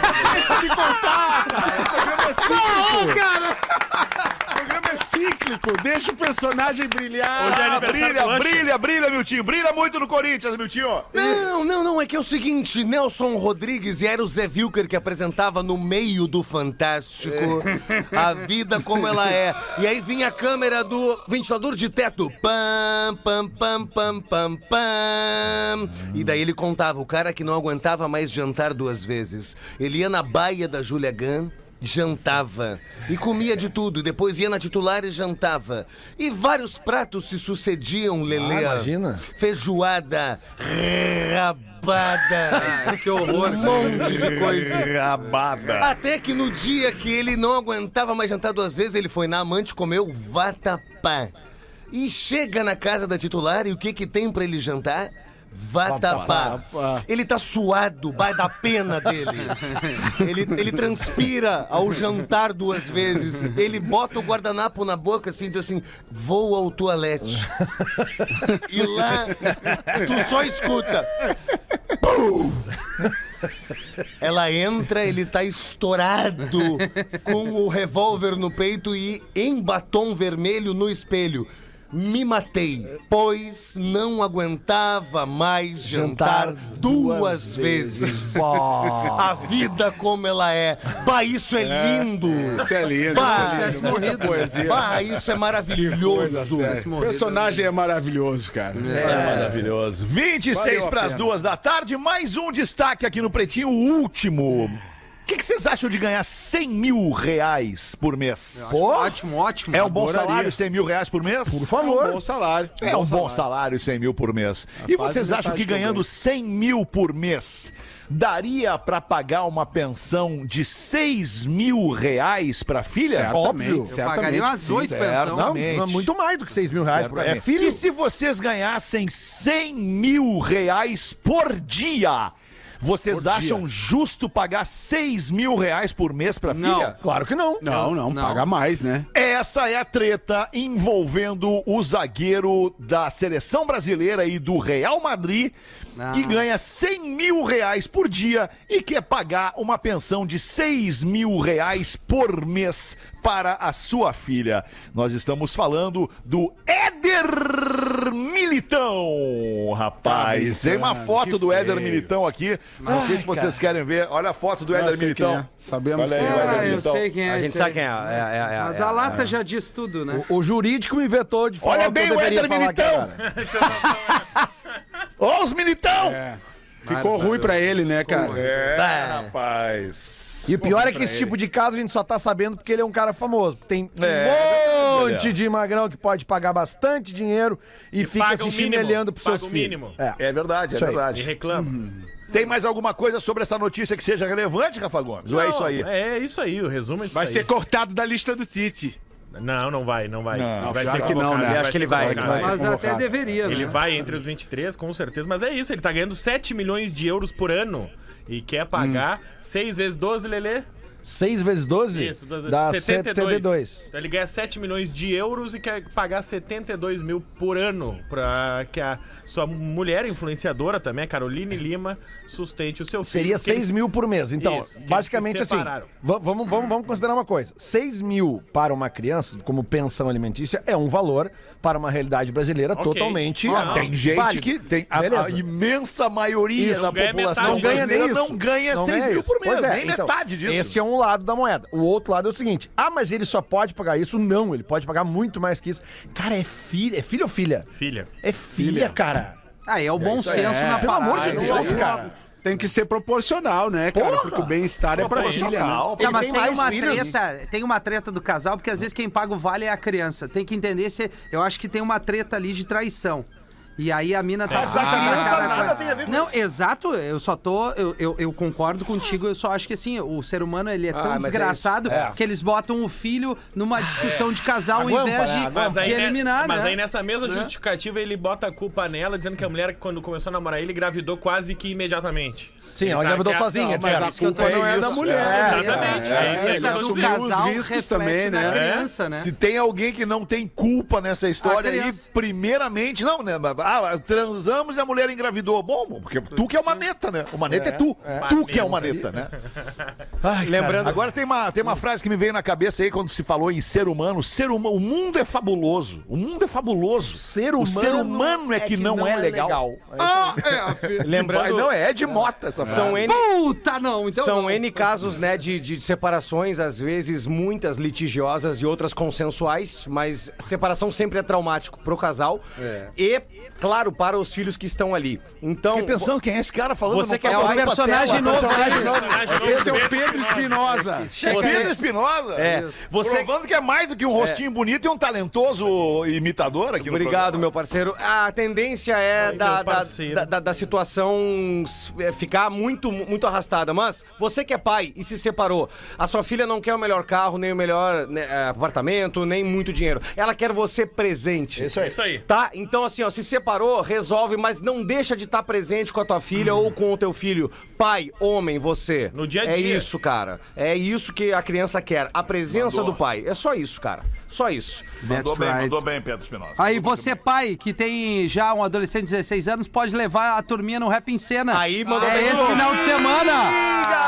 Speaker 3: é
Speaker 2: Ô, cara!
Speaker 9: O programa é cíclico, deixa o personagem brilhar.
Speaker 8: Hoje é
Speaker 3: Ah,
Speaker 8: aniversário
Speaker 3: brilha,
Speaker 8: do Lancha.
Speaker 3: brilha, brilha, meu tio. Brilha muito no Corinthians, meu tio.
Speaker 7: Não, não, não. É que é o seguinte: Nelson Rodrigues e era o Zé Vilker que apresentava no meio do Fantástico a vida como ela é. E aí vinha a câmera do ventilador de teto. Pam, pam, pam, pam, pam, pam. E daí ele contava: o cara que não aguentava mais jantar duas vezes. Ele ia na baia da Julia Gunn. jantava e comia de tudo, e depois ia na titular e jantava. E vários pratos se sucediam, Lelê.
Speaker 6: imagina.
Speaker 7: Feijoada, rabada,
Speaker 2: É. Que horror.
Speaker 7: um monte de coisa.
Speaker 3: É Rabada.
Speaker 7: Até que no dia que ele não aguentava mais jantar duas vezes, ele foi na amante e comeu vatapá. E chega na casa da titular e o que que tem pra ele jantar? Vatapá. Ele tá suado, vai da pena dele. Ele, ele transpira ao jantar duas vezes. Ele bota o guardanapo na boca assim, diz assim: vou ao toalete. E lá tu só escuta. Ela entra, ele tá estourado com o revólver no peito e em batom vermelho no espelho. Me matei, pois não aguentava mais jantar,
Speaker 6: Jantar
Speaker 7: duas,
Speaker 6: duas
Speaker 7: vezes.
Speaker 6: vezes. Pô.
Speaker 7: A vida como ela é. Bah, isso é lindo.
Speaker 9: Isso é lindo.
Speaker 7: Bah,
Speaker 9: isso é lindo,
Speaker 2: tivesse morrido,
Speaker 9: poesia.
Speaker 7: Bah, isso é maravilhoso.
Speaker 9: É, O
Speaker 2: né?
Speaker 9: personagem é maravilhoso, cara.
Speaker 3: É Maravilhoso. 26
Speaker 9: Valeu a
Speaker 3: para as
Speaker 9: pena.
Speaker 3: duas da tarde. Mais um destaque aqui no Pretinho, o último. O que que vocês acham de ganhar 100 mil reais por mês?
Speaker 2: Ótimo, ótimo.
Speaker 3: É um bom
Speaker 9: adoraria.
Speaker 3: salário 100 mil reais por mês?
Speaker 6: Por
Speaker 9: É um bom
Speaker 6: favor.
Speaker 9: salário.
Speaker 3: É um bom salário 100 mil por mês. e
Speaker 9: quase
Speaker 3: vocês acham
Speaker 9: metade
Speaker 3: que
Speaker 9: que eu
Speaker 3: ganhando
Speaker 9: ganho.
Speaker 3: 100 mil por mês daria pra pagar uma pensão de 6 mil reais pra filha?
Speaker 6: Óbvio.
Speaker 2: Eu pagaria umas oito pensão.
Speaker 6: Não, não é muito mais do que 6 mil reais.
Speaker 3: Certamente.
Speaker 6: É filho.
Speaker 3: E se vocês ganhassem 100 mil reais por dia? Vocês acham justo pagar 6 mil reais por mês pra
Speaker 2: Não.
Speaker 3: filha?
Speaker 6: Claro que não.
Speaker 9: Não, não,
Speaker 2: é- Não.
Speaker 9: paga mais, né?
Speaker 3: Essa é a treta envolvendo o zagueiro da seleção brasileira e do Real Madrid, que
Speaker 2: Ah.
Speaker 3: ganha 100 mil reais por dia e quer pagar uma pensão de 6 mil reais por mês para a sua filha. Nós estamos falando do Éder Militão, rapaz. Tem uma foto do Éder Militão aqui. Não sei se vocês querem ver. Olha né? a foto do
Speaker 9: sei
Speaker 3: Éder
Speaker 9: quem é.
Speaker 3: Militão.
Speaker 9: Sabemos
Speaker 3: Olha aí,
Speaker 9: quem é.
Speaker 3: o Éder
Speaker 2: Ah, eu
Speaker 3: Militão.
Speaker 2: sei quem é.
Speaker 7: A gente
Speaker 2: esse
Speaker 7: sabe
Speaker 2: aí.
Speaker 7: quem é. é, é, é,
Speaker 2: Mas
Speaker 7: é.
Speaker 2: a lata já diz tudo, né?
Speaker 6: O jurídico me vetou de falar
Speaker 3: Olha
Speaker 6: o que
Speaker 3: bem
Speaker 6: eu
Speaker 3: o
Speaker 6: deveria
Speaker 3: Éder
Speaker 6: falar aqui
Speaker 3: Militão.
Speaker 6: agora. né?
Speaker 3: Ó, os Militão!
Speaker 9: É. Ficou ruim pra ele, né, cara?
Speaker 3: É, rapaz.
Speaker 6: E o pior é que esse tipo de caso a gente só tá sabendo porque ele é um cara famoso. Tem um
Speaker 3: É,
Speaker 6: monte de magrão que pode pagar bastante dinheiro e, fica
Speaker 8: paga
Speaker 6: se
Speaker 8: o mínimo,
Speaker 6: chinelhando pros
Speaker 8: paga
Speaker 6: seus
Speaker 8: o
Speaker 6: filhos.
Speaker 8: mínimo.
Speaker 6: É.
Speaker 3: É verdade, é
Speaker 6: Isso aí.
Speaker 8: E
Speaker 3: verdade.
Speaker 8: reclama.
Speaker 3: Tem mais alguma coisa sobre essa notícia que seja relevante, Rafa Gomes? Ou é isso aí?
Speaker 8: É isso aí, o resumo é disso
Speaker 9: Vai
Speaker 8: aí.
Speaker 9: ser cortado da lista do Tite.
Speaker 8: Não, não vai, não vai.
Speaker 3: Não,
Speaker 8: Ele vai
Speaker 9: claro
Speaker 8: ser
Speaker 9: que não,
Speaker 8: convocado,
Speaker 9: né?
Speaker 8: ele
Speaker 7: Acho que ele
Speaker 8: ser
Speaker 7: vai,
Speaker 8: convocado.
Speaker 9: ele vai.
Speaker 2: Mas
Speaker 9: convocado.
Speaker 2: até deveria, né?
Speaker 8: Ele vai entre os 23, com certeza. Mas é isso, ele tá ganhando 7 milhões de euros por ano e quer pagar 6 vezes 12, Lelê?
Speaker 6: 6 vezes 12
Speaker 8: Isso, 12
Speaker 6: dá 72.
Speaker 8: Então ele ganha 7 milhões de euros e quer pagar 72 mil por ano pra que a sua mulher influenciadora também, a Caroline Lima, sustente o seu filho.
Speaker 6: Seria
Speaker 8: porque
Speaker 6: 6
Speaker 8: eles-
Speaker 6: mil por mês. Então,
Speaker 8: Isso, que eles
Speaker 6: basicamente
Speaker 8: se
Speaker 6: assim,
Speaker 8: separaram.
Speaker 6: va- vamos, vamos, vamos considerar uma coisa. 6 mil para uma criança, como pensão alimentícia, é um valor para uma realidade brasileira
Speaker 8: Ok.
Speaker 6: totalmente
Speaker 8: Ah,
Speaker 6: válido.
Speaker 3: Tem gente que tem a, a
Speaker 6: Beleza.
Speaker 3: imensa maioria
Speaker 6: Isso.
Speaker 3: da
Speaker 8: Ganha
Speaker 3: população
Speaker 8: metade disso.
Speaker 3: brasileira não ganha
Speaker 6: Não
Speaker 3: 6 mil
Speaker 6: isso.
Speaker 3: por mês,
Speaker 6: Pois é,
Speaker 3: nem
Speaker 6: então,
Speaker 3: metade disso.
Speaker 6: Esse é um um lado da moeda. O outro lado é o seguinte: ah, mas ele só pode pagar isso? Não, ele pode pagar muito mais que isso. Cara, é filha. É filho ou filha?
Speaker 8: Filha.
Speaker 6: É filha, cara.
Speaker 2: Ah, é o bom senso na
Speaker 6: Pelo
Speaker 2: parada.
Speaker 6: amor de
Speaker 2: né?
Speaker 6: Deus, cara.
Speaker 5: Tem que ser proporcional, né, cara?
Speaker 6: Porra!
Speaker 5: Porque o bem-estar é pra família. né?
Speaker 2: Tá, mas
Speaker 6: tem
Speaker 2: tem,
Speaker 6: mais
Speaker 2: uma
Speaker 6: filhos?
Speaker 2: treta, tem uma treta do casal, porque às vezes quem paga o vale é a criança. Tem que entender se. Eu acho que tem uma treta ali de traição. E aí a mina tá.
Speaker 6: É. Mas a criança nada tem a ver com
Speaker 2: Não, exato, eu só tô. Eu, eu, eu concordo contigo, eu só acho que assim, o ser humano ele é tão
Speaker 9: mas é
Speaker 2: desgraçado
Speaker 9: isso. É.
Speaker 2: que eles botam o filho numa discussão de casal ao
Speaker 6: Aguampa,
Speaker 2: invés
Speaker 6: né?
Speaker 2: de,
Speaker 8: Mas
Speaker 2: de
Speaker 8: aí, né,
Speaker 2: eliminar,
Speaker 8: mas
Speaker 2: né?
Speaker 8: aí nessa mesma justificativa ele bota a culpa nela, dizendo que a mulher, quando começou a namorar ele, engravidou quase que imediatamente.
Speaker 6: Sim,
Speaker 8: Ele
Speaker 6: ela
Speaker 8: tá-
Speaker 6: engravidou
Speaker 8: quer-
Speaker 6: sozinha,
Speaker 8: Não, mas
Speaker 6: certo?
Speaker 8: a
Speaker 2: Isso que eu tô
Speaker 5: culpa não
Speaker 2: dizendo.
Speaker 5: é da mulher,
Speaker 2: É,
Speaker 8: exatamente.
Speaker 2: é,
Speaker 8: É,
Speaker 2: a
Speaker 8: isso aí,
Speaker 2: treta
Speaker 8: ele
Speaker 2: do
Speaker 8: assumiu
Speaker 5: os
Speaker 2: casal
Speaker 5: riscos
Speaker 2: reflete
Speaker 5: também,
Speaker 2: na
Speaker 5: né?
Speaker 2: criança, né?
Speaker 3: Se tem alguém que não tem culpa nessa história
Speaker 2: A
Speaker 3: aí,
Speaker 2: criança.
Speaker 3: primeiramente, não, né? Ah, transamos e a mulher engravidou. Bom, porque tu que é uma neta, né? O maneta é, tu. Tu que é uma neta, né? Lembrando. Agora tem uma, tem uma frase que me veio na cabeça aí quando se falou em ser humano. Ser humano, o mundo é fabuloso. O mundo é fabuloso.
Speaker 6: Ser
Speaker 3: o ser humano é que, não, é, legal.
Speaker 2: Ah, é, filho.
Speaker 3: Lembrando,
Speaker 7: Lembrando,
Speaker 3: não, é de mota essa frase.
Speaker 7: são N
Speaker 2: Puta não, então.
Speaker 7: São
Speaker 2: não.
Speaker 7: N casos, né, de, de separações, às vezes muitas litigiosas e outras consensuais, mas separação sempre é traumático pro casal
Speaker 2: É.
Speaker 7: e, claro, para os filhos que estão ali. Então,
Speaker 3: Fiquei pensando quem é esse cara falando.
Speaker 7: Você
Speaker 3: não
Speaker 7: quer
Speaker 2: É o
Speaker 7: Vai pra
Speaker 2: personagem
Speaker 7: tela,
Speaker 2: novo. né? aí.
Speaker 5: Esse é o Pedro Espinosa.
Speaker 3: É Pedro Espinosa?
Speaker 7: É. Você-
Speaker 3: Provando que é mais do que um rostinho bonito e um talentoso imitador aqui no
Speaker 7: Obrigado,
Speaker 3: programa.
Speaker 7: meu parceiro. A tendência é
Speaker 8: Oi,
Speaker 7: da,
Speaker 8: meu
Speaker 7: da,
Speaker 8: parceiro.
Speaker 7: da, da- da situação s- é, ficar muito, muito arrastada. Mas você que é pai e se separou, a sua filha não quer o melhor carro, nem o melhor né, eh, apartamento, nem muito dinheiro. Ela quer você presente.
Speaker 8: Isso aí. Isso aí.
Speaker 7: Tá? Então, assim, ó, se separou, resolve, mas não deixa de estar presente com a tua filha ou com o teu filho. Pai, homem, você.
Speaker 8: No dia a
Speaker 7: É
Speaker 8: dia.
Speaker 7: isso, cara. É isso que a criança quer. A presença do pai. É só isso, cara. Só isso.
Speaker 2: That's
Speaker 4: bem,
Speaker 2: right.
Speaker 4: mandou bem, Pedro Espinosa.
Speaker 2: Aí você, pai, que tem já um adolescente de 16 anos, pode levar a turminha no Rap em Cena.
Speaker 7: Aí, mandou
Speaker 2: É
Speaker 7: bem.
Speaker 2: esse final de semana.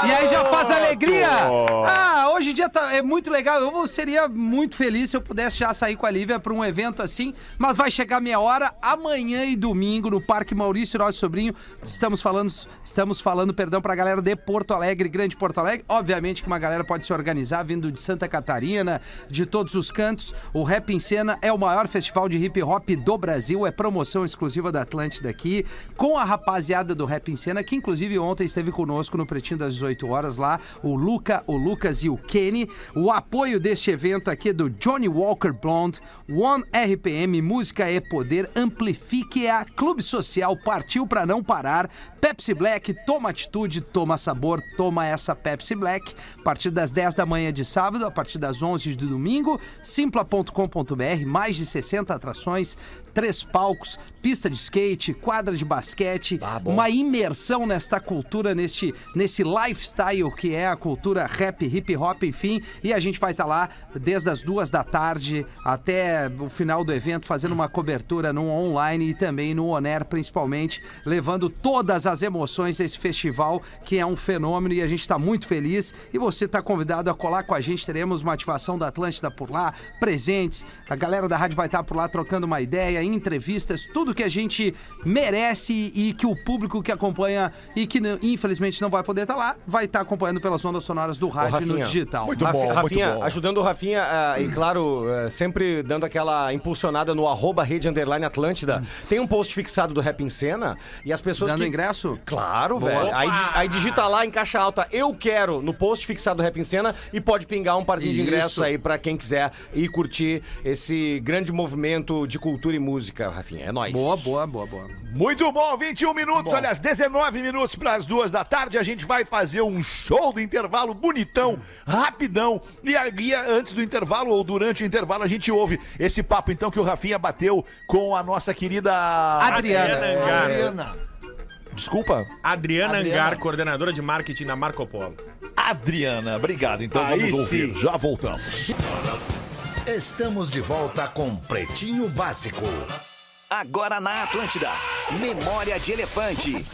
Speaker 2: E aí já faz alegria. Ah, hoje em dia tá- é muito legal. Eu vou- seria muito feliz se eu pudesse já sair com a Lívia pra um evento assim. Mas vai chegar minha hora amanhã e domingo no Parque Maurício Nosso Sobrinho. Estamos falando, estamos falando, perdão, pra galera de Porto Alegre, Grande Porto Alegre. Obviamente que uma galera pode se organizar vindo de Santa Catarina, de todos os cantos. O Rap em Cena é o maior festival de hip hop do Brasil, é promoção exclusiva da Atlântida aqui, com a rapaziada do Rap em Cena, que inclusive ontem esteve conosco no Pretinho das 18 horas lá, o Luca, o Lucas e o Kenny. O apoio deste evento aqui é do Johnny Walker Blonde, One RPM, Música é Poder, Amplifique é a Clube Social, Partiu Pra Não Parar, Pepsi Black, Toma Atitude, Toma Sabor, Toma Essa Pepsi Black, a partir das 10 da manhã de sábado, a partir das 11 de domingo, simpla.com.br, mais de 60 atrações, três palcos, pista de skate, quadra de basquete, uma imersão nesta cultura, neste, nesse lifestyle que é a cultura rap, hip hop, enfim. E a gente vai estar lá desde as duas da tarde até o final do evento, fazendo uma cobertura no online e também no Oner, principalmente, levando todas as emoções desse festival, que é um fenômeno e a gente está muito feliz. E você está convidado a colar com a gente, teremos uma ativação da Atlântida por lá, presentes, a galera da rádio vai estar por lá trocando uma ideia, entrevistas, tudo que a gente merece e que o público que acompanha e que não- infelizmente não vai poder estar lá, vai estar acompanhando pelas ondas sonoras do rádio e no
Speaker 7: Rafinha,
Speaker 2: digital.
Speaker 3: Muito
Speaker 7: Rafi-
Speaker 3: bom, muito
Speaker 7: Rafinha,
Speaker 3: bom.
Speaker 7: ajudando o Rafinha, ah, e claro, eh, sempre dando aquela impulsionada no arroba rede underline Atlântida. Tem um post fixado do Rap em Cena e as pessoas
Speaker 2: Dando
Speaker 7: que...
Speaker 2: ingresso?
Speaker 7: Claro, velho. Aí, di- aí digita lá em caixa alta, eu quero, no post fixado do Rap em Cena e pode pingar um parzinho de
Speaker 2: Isso.
Speaker 7: ingressos aí pra quem quiser ir curtir esse grande movimento de cultura e música, Rafinha. É nóis.
Speaker 2: Boa, boa, boa, boa.
Speaker 3: Muito bom, 21 minutos, aliás, 19 minutos para as duas da tarde. A gente vai fazer um show do intervalo bonitão, rapidão. E a guia, antes do intervalo ou durante o intervalo, a gente ouve esse papo então que o Rafinha bateu com a nossa querida.
Speaker 2: Adriana.
Speaker 8: Adriana Angar.
Speaker 3: Desculpa?
Speaker 8: Adriana Angar, coordenadora de marketing da Marco Polo.
Speaker 3: Adriana. Obrigado, então
Speaker 4: Aí
Speaker 3: vamos ouvir.
Speaker 4: sim.
Speaker 3: Já voltamos.
Speaker 4: Estamos de volta com Pretinho Básico.
Speaker 1: Agora na Atlântida. Memória de Elefante.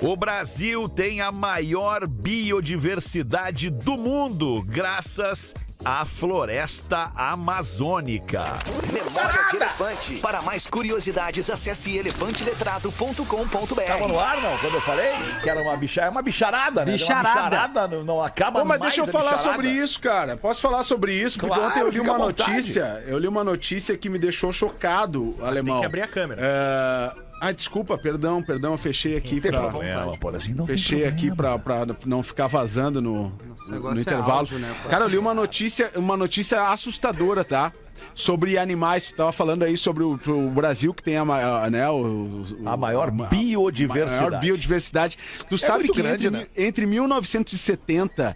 Speaker 3: O Brasil tem a maior biodiversidade do mundo, graças
Speaker 9: a floresta amazônica.
Speaker 1: Memória de elefante. Para mais curiosidades, acesse
Speaker 9: Tava
Speaker 1: elefanteletrado.com.br.
Speaker 9: Tá no ar, não? Quando eu falei que era uma bicharada, é uma bicharada, né?
Speaker 2: Bicharada.
Speaker 9: Uma bicharada, não, não acaba
Speaker 5: Pô, mas
Speaker 9: mais
Speaker 5: deixa eu
Speaker 9: a
Speaker 5: falar
Speaker 9: bicharada.
Speaker 5: sobre isso, cara. Posso falar sobre isso? Porque
Speaker 9: Claro,
Speaker 5: ontem eu li
Speaker 9: fica
Speaker 5: uma
Speaker 9: à vontade.
Speaker 5: notícia. Eu li uma notícia que me deixou chocado, alemão.
Speaker 8: que abrir a câmera.
Speaker 5: É, Ah, desculpa, perdão, perdão, eu fechei aqui
Speaker 9: Tem
Speaker 5: pra.
Speaker 9: problema, pô, assim não tem
Speaker 5: Fechei aqui pra, pra não ficar vazando no,
Speaker 2: Esse
Speaker 5: no
Speaker 2: negócio é
Speaker 5: intervalo.
Speaker 2: áudio, né, pô?
Speaker 5: Cara, eu li uma notícia, uma notícia assustadora, tá? Sobre animais. Tu tava falando aí sobre o, o Brasil que tem a maior, né, o- o-
Speaker 9: A maior
Speaker 5: ma-
Speaker 9: biodiversidade.
Speaker 5: maior biodiversidade. Tu sabe
Speaker 9: muito
Speaker 5: que
Speaker 9: grande,
Speaker 5: entre,
Speaker 9: né?
Speaker 5: entre 1970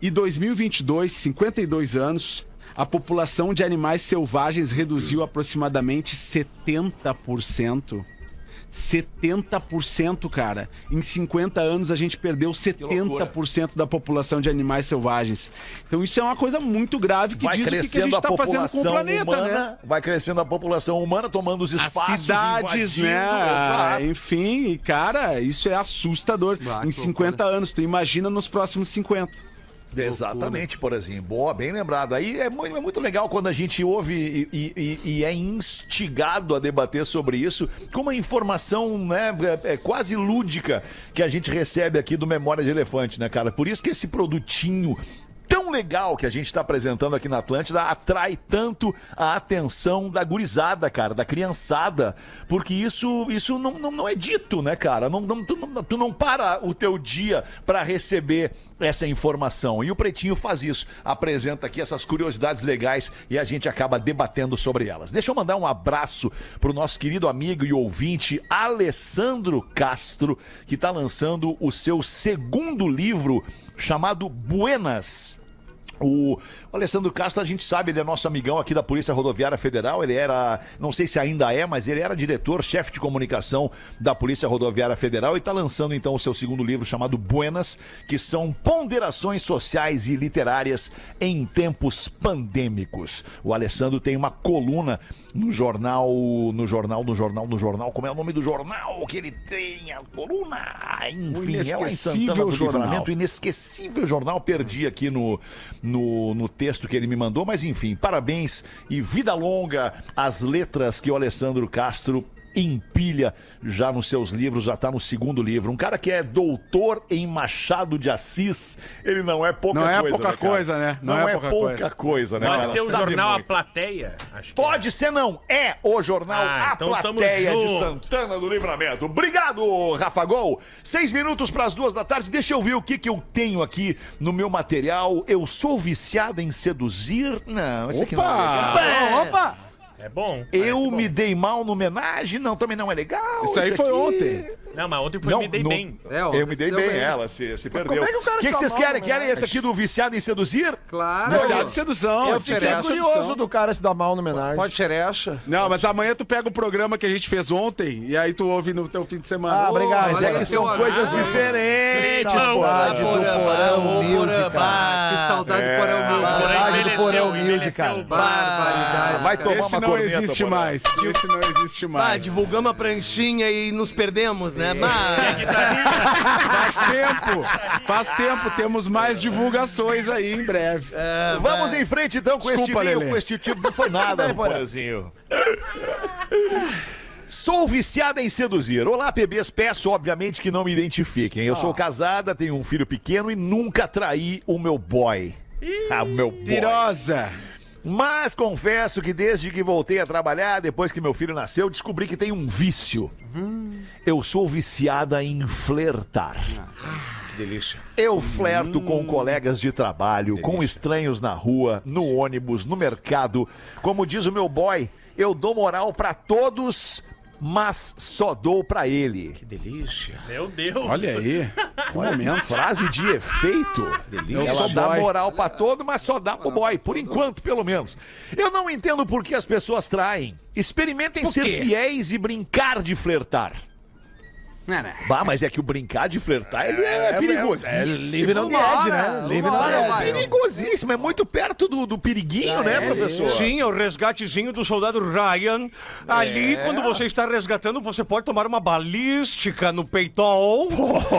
Speaker 5: e 2022, 52 anos, a população de animais selvagens reduziu aproximadamente 70%. 70%, cara. Em 50 anos a gente perdeu 70% da população de animais selvagens. Então isso é uma coisa muito grave que
Speaker 9: vai
Speaker 5: diz o que que, a
Speaker 9: crescendo
Speaker 5: gente
Speaker 9: a
Speaker 5: tá fazendo com o
Speaker 9: população
Speaker 5: planeta,
Speaker 9: humana,
Speaker 5: né?
Speaker 9: vai crescendo a população humana tomando os espaços,
Speaker 5: As cidades,
Speaker 9: invadindo,
Speaker 5: né?
Speaker 9: exato.
Speaker 5: Enfim, e, cara, isso é assustador.
Speaker 2: Ah,
Speaker 5: em
Speaker 2: que
Speaker 5: 50 anos, tu imagina nos próximos 50.
Speaker 9: Exatamente, Porazinho. Boa, bem lembrado. Aí é muito, é muito legal quando a gente ouve e, e- e- e é instigado a debater sobre isso, com uma informação né, é, é quase lúdica que a gente recebe aqui do Memória de Elefante, né, cara? Por isso que esse produtinho tão legal que a gente está apresentando aqui na Atlântida atrai tanto a atenção da gurizada, cara, da criançada, porque isso isso não, não, não é dito, né, cara? Não, não- tu, não, tu não para o teu dia para receber essa informação. E o Pretinho faz isso, apresenta aqui essas curiosidades legais e a gente acaba debatendo sobre elas. Deixa eu mandar um abraço pro nosso querido amigo e ouvinte Alessandro Castro, que tá lançando o seu segundo livro chamado Buenas. O Alessandro Castro, a gente sabe, ele é nosso amigão aqui da Polícia Rodoviária Federal. Ele era, não sei se ainda é, mas ele era diretor, chefe de comunicação da Polícia Rodoviária Federal e está lançando então o seu segundo livro chamado Buenas, que são ponderações sociais e literárias em tempos pandêmicos. O Alessandro tem uma coluna no jornal, no jornal, no jornal, no jornal. Como é o nome do jornal que ele tem? A coluna, enfim, é lá em Santana
Speaker 5: inesquecível
Speaker 9: do
Speaker 5: jornal.
Speaker 9: Livramento, inesquecível jornal. Perdi aqui no, no, no texto que ele me mandou, mas enfim, parabéns e vida longa às letras que o Alessandro Castro empilha já nos seus livros, já tá no segundo livro. Um cara que é doutor em Machado de Assis, ele não é pouca
Speaker 5: Não
Speaker 9: coisa.
Speaker 5: é pouca
Speaker 9: cara?
Speaker 5: coisa, né?
Speaker 9: Não, é, pouca, coisa, né?
Speaker 8: Pode
Speaker 9: cara?
Speaker 8: ser o
Speaker 9: Sabe
Speaker 8: jornal
Speaker 9: muito.
Speaker 8: A Plateia? Acho que é.
Speaker 9: Pode ser, não. É o jornal
Speaker 8: Ah,
Speaker 9: A
Speaker 8: então tamo
Speaker 9: Plateia de
Speaker 8: junto.
Speaker 9: Santana do Livramento. Obrigado, Rafa Gol. Seis minutos para as duas da tarde. Deixa eu ver o que, que eu tenho aqui no meu material. Eu sou viciada em seduzir? Não, esse aqui não é
Speaker 5: Opa!
Speaker 9: legal.
Speaker 2: Opa, opa!
Speaker 8: Ah, É bom.
Speaker 9: Eu
Speaker 8: parece
Speaker 9: me dei mal no homenagem? Não, também não é legal.
Speaker 5: Isso aí
Speaker 9: Esse
Speaker 5: foi
Speaker 9: aqui-
Speaker 5: ontem.
Speaker 8: bom. Não, mas ontem foi
Speaker 9: Não,
Speaker 8: Me Dei
Speaker 9: no-
Speaker 8: Bem.
Speaker 2: É, ó,
Speaker 9: Eu me
Speaker 2: esse
Speaker 9: dei
Speaker 2: deu
Speaker 9: bem, ela se, se perdeu.
Speaker 6: como é que o cara
Speaker 9: que,
Speaker 6: está
Speaker 9: vocês
Speaker 6: mal,
Speaker 9: querem?
Speaker 6: né?
Speaker 9: Querem esse aqui do viciado em seduzir?
Speaker 2: Claro.
Speaker 5: Viciado de sedução,
Speaker 6: Eu
Speaker 5: oferece
Speaker 6: fiquei
Speaker 5: sedução.
Speaker 6: curioso do cara se dar mal no homenagem.
Speaker 11: Pode xerecha.
Speaker 5: Não, mas amanhã tu pega o programa que a gente fez ontem e aí tu ouve no teu fim de semana.
Speaker 6: Ah, obrigado.
Speaker 2: Olha Ah,
Speaker 6: Mas é
Speaker 2: aí,
Speaker 6: que
Speaker 2: teu
Speaker 6: são
Speaker 2: horário.
Speaker 9: Coisas
Speaker 8: Ah.
Speaker 9: diferentes,
Speaker 8: Não,
Speaker 9: pô.
Speaker 6: Saudade do
Speaker 11: Porã,
Speaker 6: porão
Speaker 11: ô,
Speaker 6: humilde,
Speaker 11: Porã,
Speaker 6: cara.
Speaker 11: bah.
Speaker 2: Que saudade do Porão Humilde.
Speaker 8: Porém,
Speaker 6: Saudade do
Speaker 8: envelheceu,
Speaker 6: Porão Humilde,
Speaker 8: envelheceu.
Speaker 6: cara.
Speaker 2: Barbaridade.
Speaker 9: Vai
Speaker 2: cara.
Speaker 9: tomar
Speaker 5: Esse
Speaker 9: Ah, uma
Speaker 5: não
Speaker 9: corneta,
Speaker 5: existe
Speaker 9: Porã.
Speaker 5: mais. Esse não existe
Speaker 11: Bah,
Speaker 5: mais. É.
Speaker 11: divulgamos a pranchinha e nos perdemos, né? Bah,
Speaker 5: Faz tempo. Faz tempo. Temos mais divulgações aí em breve.
Speaker 9: É. Vamos em frente então com
Speaker 5: Desculpa,
Speaker 9: este vinho,
Speaker 5: Lelê.
Speaker 9: com este tipo. Não foi nada, Porazinho. Sou viciada em seduzir. Olá, bebês. Peço, obviamente, que não me identifiquem. Eu sou casada, tenho um filho pequeno e nunca traí o meu boy. Ah, o meu boy.
Speaker 5: Pirosa.
Speaker 9: Mas confesso que desde que voltei a trabalhar, depois que meu filho nasceu, descobri que tem um vício. Eu sou viciada em flertar.
Speaker 12: Delícia.
Speaker 9: Eu flerto
Speaker 12: Hum.
Speaker 9: com colegas de trabalho, com estranhos na rua, no ônibus, no mercado. Como diz o meu boy, eu dou moral pra todos, mas só dou pra ele.
Speaker 12: Que delícia.
Speaker 8: Meu Deus.
Speaker 5: Olha aí. Que momento.
Speaker 9: Frase de efeito.
Speaker 5: Eu
Speaker 9: Ela
Speaker 5: sou
Speaker 9: dá
Speaker 5: boy.
Speaker 9: moral pra todo, mas só dá pro boy, por enquanto, pelo menos. Eu não entendo por que as pessoas traem. Experimentem ser fiéis e brincar de flertar.
Speaker 2: Não, não.
Speaker 9: Bah, mas é que o brincar de flertar, ele é, perigosíssimo.
Speaker 6: Livre não pede, né?
Speaker 2: hora, uma
Speaker 6: Livre não
Speaker 2: hora vai.
Speaker 6: pede.
Speaker 9: perigosíssimo, é muito perto do, do periguinho, né, professor?
Speaker 13: Sim, é o resgatezinho do soldado Ryan. Ali,
Speaker 7: É.
Speaker 13: quando você está resgatando, você pode tomar uma balística no peitol.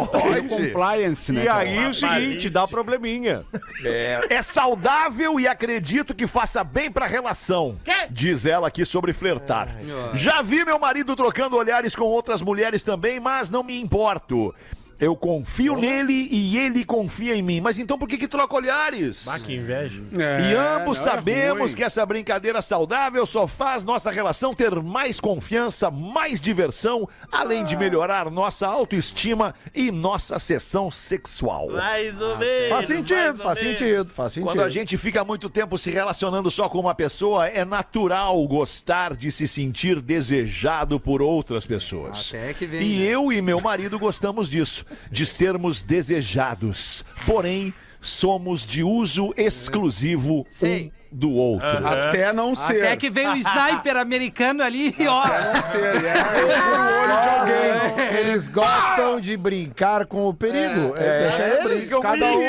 Speaker 9: Pode.
Speaker 5: Compliance, né?
Speaker 13: E
Speaker 5: cara?
Speaker 13: aí, o seguinte, dá probleminha.
Speaker 9: É, é saudável e acredito que faça bem pra relação. Diz ela aqui sobre flertar. Já vi meu marido trocando olhares com outras mulheres também, mas não me importo. Eu confio nele e ele confia em mim. Mas então por que que troca olhares?
Speaker 8: Ah, que inveja.
Speaker 5: É,
Speaker 9: E ambos
Speaker 5: não, é
Speaker 9: sabemos
Speaker 5: ruim.
Speaker 9: que essa brincadeira saudável só faz nossa relação ter mais confiança, mais diversão, além de melhorar nossa autoestima e nossa sessão sexual.
Speaker 8: Mais ou menos.
Speaker 6: Faz
Speaker 8: mais
Speaker 6: sentido,
Speaker 8: ou
Speaker 6: faz
Speaker 8: menos.
Speaker 6: sentido, faz sentido.
Speaker 9: Quando a gente fica muito tempo se relacionando só com uma pessoa, é natural gostar de se sentir desejado por outras pessoas.
Speaker 2: Até que vem,
Speaker 9: e
Speaker 2: né?
Speaker 9: eu e meu marido gostamos disso, de sermos desejados. Porém, somos de uso exclusivo um
Speaker 2: Sim.
Speaker 9: do outro.
Speaker 5: Até não ser.
Speaker 2: Até que veio o sniper americano ali e ó.
Speaker 5: ser, é. Eu olho de alguém.
Speaker 6: Eles gostam de brincar com o perigo. É, deixa eles. Cada um,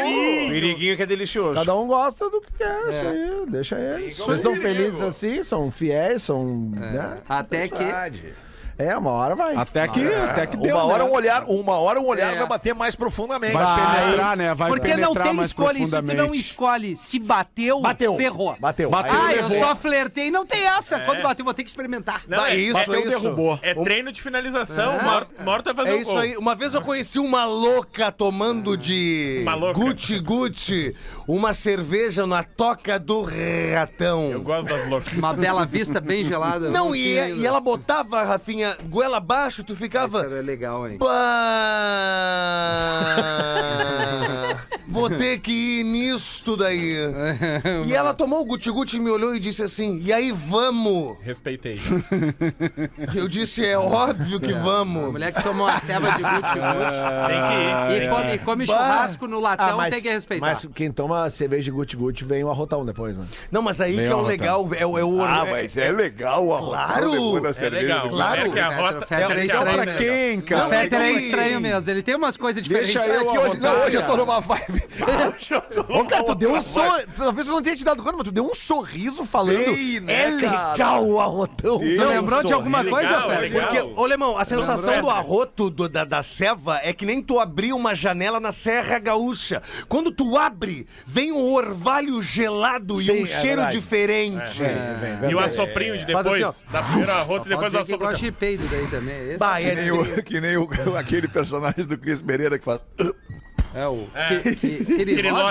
Speaker 13: Periguinho que é delicioso.
Speaker 6: cada um gosta do que quer. Isso aí, deixa eles. Eles são felizes assim, são fiéis, são. É, né?
Speaker 2: Até que.
Speaker 6: é uma hora vai.
Speaker 5: Até que, até que deu.
Speaker 9: uma hora
Speaker 5: né?
Speaker 9: um olhar, uma hora um olhar
Speaker 2: É.
Speaker 9: vai bater mais profundamente.
Speaker 5: Vai penetrar, né? Vai
Speaker 2: Porque não
Speaker 5: penetrar
Speaker 2: tem
Speaker 5: mais
Speaker 2: escolha, isso tu não
Speaker 5: profundamente.
Speaker 2: escolhe. Se bateu,
Speaker 6: Bateu.
Speaker 2: ferrou.
Speaker 6: Bateu.
Speaker 2: ah, eu só flertei. Não tem essa. Quando bateu, vou ter que experimentar.
Speaker 8: Não, é,
Speaker 7: isso,
Speaker 5: Bateu,
Speaker 7: é isso.
Speaker 5: derrubou.
Speaker 8: é treino de finalização. Morta Morto vai fazer
Speaker 7: É
Speaker 8: o
Speaker 7: isso
Speaker 8: gol.
Speaker 7: aí. Uma vez eu conheci uma louca tomando de
Speaker 8: Uma louca.
Speaker 7: Gucci Gucci uma cerveja na toca do
Speaker 8: Eu
Speaker 7: ratão.
Speaker 8: gosto das loucas.
Speaker 2: Uma bela vista bem gelada.
Speaker 7: Não, e, é,
Speaker 2: tinha ainda.
Speaker 7: e ela botava, Rafinha, goela abaixo, tu
Speaker 2: Essa
Speaker 7: ficava.
Speaker 2: era é legal, hein?
Speaker 7: Pá, Vou ter que ir nisto daí. E ela tomou o guti-guti, me olhou e disse assim: E aí, vamos?
Speaker 8: Respeitei.
Speaker 7: Eu disse: É óbvio que
Speaker 2: A
Speaker 7: vamos.
Speaker 2: mulher que tomou uma ceva de guti-guti
Speaker 8: Tem que ir.
Speaker 2: e come, come churrasco no latão, tem que respeitar.
Speaker 6: Mas quem toma cerveja de guti-guti vem o arrotão depois, né?
Speaker 7: Não, mas aí que é o legal. É, o- é o
Speaker 9: Ah,
Speaker 7: é- assim.
Speaker 9: mas é legal a
Speaker 7: Claro!
Speaker 8: É legal.
Speaker 7: Claro.
Speaker 8: É que a rota...
Speaker 2: O Fetter é
Speaker 8: que a
Speaker 2: estranho
Speaker 8: rota-
Speaker 2: mesmo.
Speaker 5: Quem,
Speaker 2: O
Speaker 5: cara?
Speaker 2: Fetter é
Speaker 7: Então, e-
Speaker 2: estranho mesmo. Ele tem umas coisas diferentes.
Speaker 5: Deixa eu
Speaker 9: É que hoje, não,
Speaker 5: arrotar,
Speaker 9: hoje eu tô
Speaker 5: cara.
Speaker 9: numa vibe. Hoje eu tô numa
Speaker 6: Cara, tu deu um
Speaker 9: outra vibe.
Speaker 6: sorriso. Talvez eu não tenha te dado conta, mas tu deu um sorriso falando.
Speaker 9: Dei, né,
Speaker 6: é
Speaker 9: cara?
Speaker 6: legal o arrotão.
Speaker 2: Tu
Speaker 9: Deu um
Speaker 2: lembrou de alguma
Speaker 8: sorriso.
Speaker 2: coisa,
Speaker 8: Legal,
Speaker 2: Fetter?
Speaker 8: legal.
Speaker 7: Porque, ô Lemão, a sensação
Speaker 8: Lembrou?
Speaker 7: do arroto do- da, da ceva é que nem tu abrir uma janela na Serra Gaúcha. Quando tu abre, vem um orvalho gelado
Speaker 6: Sim,
Speaker 7: e um
Speaker 6: é
Speaker 7: cheiro
Speaker 6: verdade.
Speaker 7: diferente.
Speaker 8: E o assoprinho de
Speaker 7: Faz assim,
Speaker 8: depois, da primeira rota e
Speaker 2: Pode
Speaker 8: depois o
Speaker 2: dizer que é gosta
Speaker 8: assopro.
Speaker 2: de peido daí também. Esse
Speaker 7: Bah,
Speaker 9: Que
Speaker 7: é-
Speaker 9: nem, o- que nem o- aquele personagem do Cris Pereira que faz.
Speaker 2: é o... Que, que, que ele
Speaker 8: Kirilov,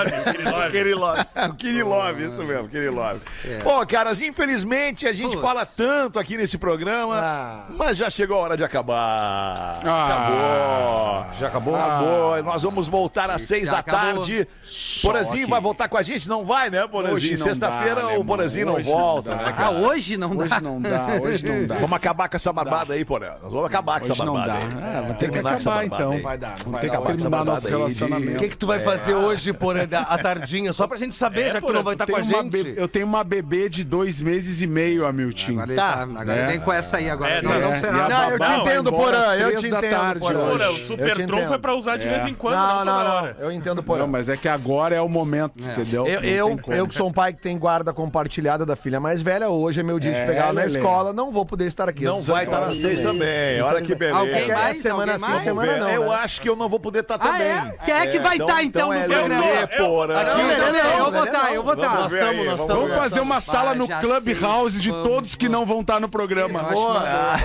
Speaker 8: Kirilov.
Speaker 9: o Kirilov, isso mesmo, Kirilov. Bom, É. caras, infelizmente a gente
Speaker 2: Putz.
Speaker 9: fala tanto aqui nesse programa,
Speaker 6: Ah.
Speaker 9: mas já chegou a hora de acabar.
Speaker 5: Ah.
Speaker 9: Acabou. Já acabou? Acabou. Nós vamos voltar às seis da
Speaker 2: acabou.
Speaker 9: tarde. Porazinho vai voltar com a gente? Não vai, né, Porazinho?
Speaker 5: Hoje não dá,
Speaker 9: Sexta-feira o
Speaker 5: alemão.
Speaker 9: Porazinho não
Speaker 5: Hoje
Speaker 9: volta,
Speaker 5: não dá.
Speaker 9: né,
Speaker 2: Ah,
Speaker 9: cara?
Speaker 2: hoje não dá.
Speaker 5: Hoje não dá, hoje não dá.
Speaker 9: Vamos acabar com essa barbada aí, Porã. Nós vamos acabar com essa
Speaker 5: Hoje não
Speaker 9: barbada aí.
Speaker 5: dá. É, vamos ter que
Speaker 9: Terminar com essa
Speaker 5: acabar,
Speaker 9: barbada
Speaker 5: então.
Speaker 9: aí.
Speaker 5: Vai
Speaker 6: dar,
Speaker 5: Vamos
Speaker 6: vai
Speaker 5: ter que
Speaker 6: dar, vai
Speaker 5: terminar
Speaker 9: dar.
Speaker 5: nosso
Speaker 7: O
Speaker 5: relacionamento.
Speaker 7: que, que tu vai fazer hoje, por a, a tardinha? Só pra gente saber, já que tu não vai estar com a
Speaker 5: Tenho uma
Speaker 7: gente.
Speaker 5: be- Eu tenho uma bebê de dois meses e meio, Amiltinho.
Speaker 2: Agora, ele
Speaker 7: Tá.
Speaker 2: tá, agora ele
Speaker 5: É.
Speaker 2: vem com essa aí agora.
Speaker 8: É,
Speaker 2: não,
Speaker 8: tá.
Speaker 2: não,
Speaker 5: É,
Speaker 2: será.
Speaker 5: e a
Speaker 6: Não, eu te
Speaker 5: babá vai
Speaker 6: entendo,
Speaker 5: embora
Speaker 6: Porã.
Speaker 5: às
Speaker 6: Eu
Speaker 5: três
Speaker 6: te
Speaker 5: da
Speaker 6: entendo,
Speaker 5: tarde
Speaker 6: Porã.
Speaker 5: hoje.
Speaker 8: Olha, o
Speaker 6: Eu te
Speaker 8: super
Speaker 6: entendo.
Speaker 8: tronco é pra usar de vez em quando,
Speaker 6: Não,
Speaker 8: não,
Speaker 6: não,
Speaker 8: toda
Speaker 6: não.
Speaker 8: hora.
Speaker 6: Eu entendo, Porã.
Speaker 5: Não, mas é que agora é o momento, entendeu?
Speaker 6: Eu,
Speaker 5: Não tem
Speaker 6: eu,
Speaker 5: como.
Speaker 6: eu que sou um pai que tem guarda compartilhada da filha mais velha, hoje é meu dia de
Speaker 5: É,
Speaker 6: pegar ela na
Speaker 5: Lelê.
Speaker 6: escola, não vou poder estar aqui.
Speaker 9: Não vai estar nas seis também. Olha que beleza.
Speaker 2: Alguém
Speaker 6: É,
Speaker 2: mais?
Speaker 6: semana
Speaker 2: Alguém
Speaker 6: sim,
Speaker 2: mais?
Speaker 6: semana não.
Speaker 9: É, eu
Speaker 6: né?
Speaker 9: acho que eu não vou poder estar
Speaker 2: Ah,
Speaker 9: também.
Speaker 2: é? Quem é que vai estar, então, no
Speaker 9: é
Speaker 2: programa?
Speaker 9: Lelê,
Speaker 8: Eu-
Speaker 9: Porã.
Speaker 2: Não,
Speaker 9: Vamos
Speaker 2: não, não, eu vou
Speaker 6: Lelê,
Speaker 2: estar,
Speaker 6: não.
Speaker 2: eu vou tá. estar.
Speaker 9: ver
Speaker 7: tamo,
Speaker 9: aí,
Speaker 7: nós
Speaker 9: vamos
Speaker 7: tamo.
Speaker 5: Vamos
Speaker 9: ver.
Speaker 5: fazer uma sala
Speaker 2: Ah,
Speaker 5: no
Speaker 2: já
Speaker 5: Clubhouse
Speaker 2: sei,
Speaker 5: de
Speaker 2: vamos,
Speaker 5: todos que não vão estar no programa.
Speaker 9: Ah,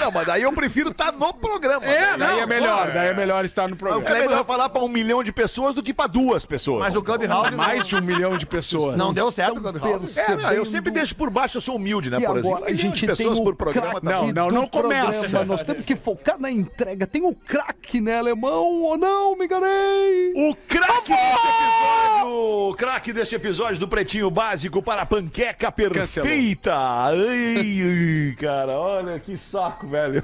Speaker 9: não, mas daí eu prefiro estar no programa. né?
Speaker 2: É,
Speaker 5: Daí é
Speaker 2: não.
Speaker 5: melhor, daí é melhor estar no programa.
Speaker 9: É melhor falar pra um milhão de pessoas do que pra duas pessoas.
Speaker 6: Mas o Clubhouse
Speaker 5: Mais de um milhão de pessoas.
Speaker 6: não deu certo o Clubhouse.
Speaker 9: É, não, eu sempre deixo por baixo, eu sou humilde, né,
Speaker 6: E
Speaker 9: por exemplo.
Speaker 6: agora
Speaker 9: Um
Speaker 6: a
Speaker 9: milhão de
Speaker 6: gente
Speaker 9: pessoas
Speaker 6: tem o
Speaker 9: por programa
Speaker 6: craque
Speaker 9: tá
Speaker 5: Não,
Speaker 9: bom.
Speaker 5: não, não começa.
Speaker 2: Nós temos que focar na entrega. Tem o craque, né, alemão? Ou não, me enganei?
Speaker 9: O craque desse episódio! O craque desse episódio do Pretinho Básico para a panqueca perfeita! Ai, ai, cara, olha que saco, velho.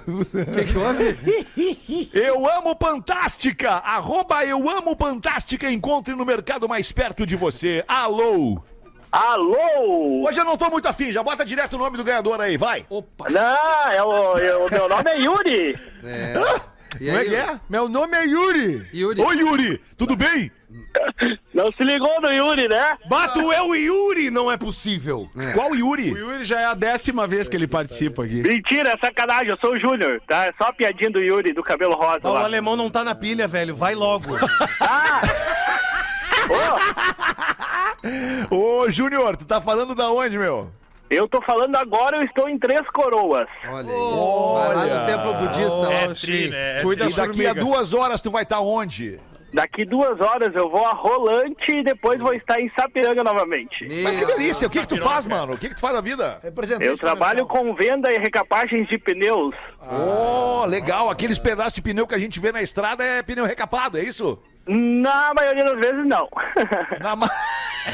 Speaker 9: Eu amo Fantástica! Arroba Eu Amo Fantástica, encontre no mercado mais perto de você. Alô!
Speaker 3: Alô?
Speaker 9: Hoje eu não tô muito afim, já bota direto o nome do ganhador aí, vai!
Speaker 3: Não, é o, é o meu nome é Yuri.
Speaker 2: E
Speaker 9: Como é
Speaker 2: aí,
Speaker 9: que é?
Speaker 6: Meu nome é Yuri.
Speaker 2: Yuri.
Speaker 9: Oi, Yuri, tudo bem?
Speaker 5: Não se ligou no Yuri, né?
Speaker 7: Bato é o Yuri, não é possível.
Speaker 9: Qual Yuri?
Speaker 14: O Yuri já é a décima vez que ele participa aqui.
Speaker 5: Mentira, sacanagem, eu sou o Júnior, tá? É só a piadinha do Yuri, do cabelo rosa
Speaker 7: O
Speaker 5: lá.
Speaker 7: alemão não tá na pilha, velho. Vai logo.
Speaker 9: Ô, Júnior, tu tá falando da onde, meu?
Speaker 5: Eu tô falando agora, eu estou em Três Coroas.
Speaker 2: Olha aí. Vai lá no templo budista. lá.
Speaker 8: É tri, né? É
Speaker 9: E
Speaker 8: tri.
Speaker 9: daqui a duas horas tu vai estar onde?
Speaker 5: Daqui duas horas eu vou a Rolante e depois vou estar em Sapiranga novamente.
Speaker 2: Meu
Speaker 9: Mas que delícia, o que que tu faz, mano? O que que tu faz da vida?
Speaker 5: Eu trabalho com venda e recapagens de pneus.
Speaker 9: Ô, legal, aqueles pedaços de pneu que a gente vê na estrada é pneu recapado, é isso?
Speaker 5: Na maioria das vezes, não.
Speaker 9: Na, ma...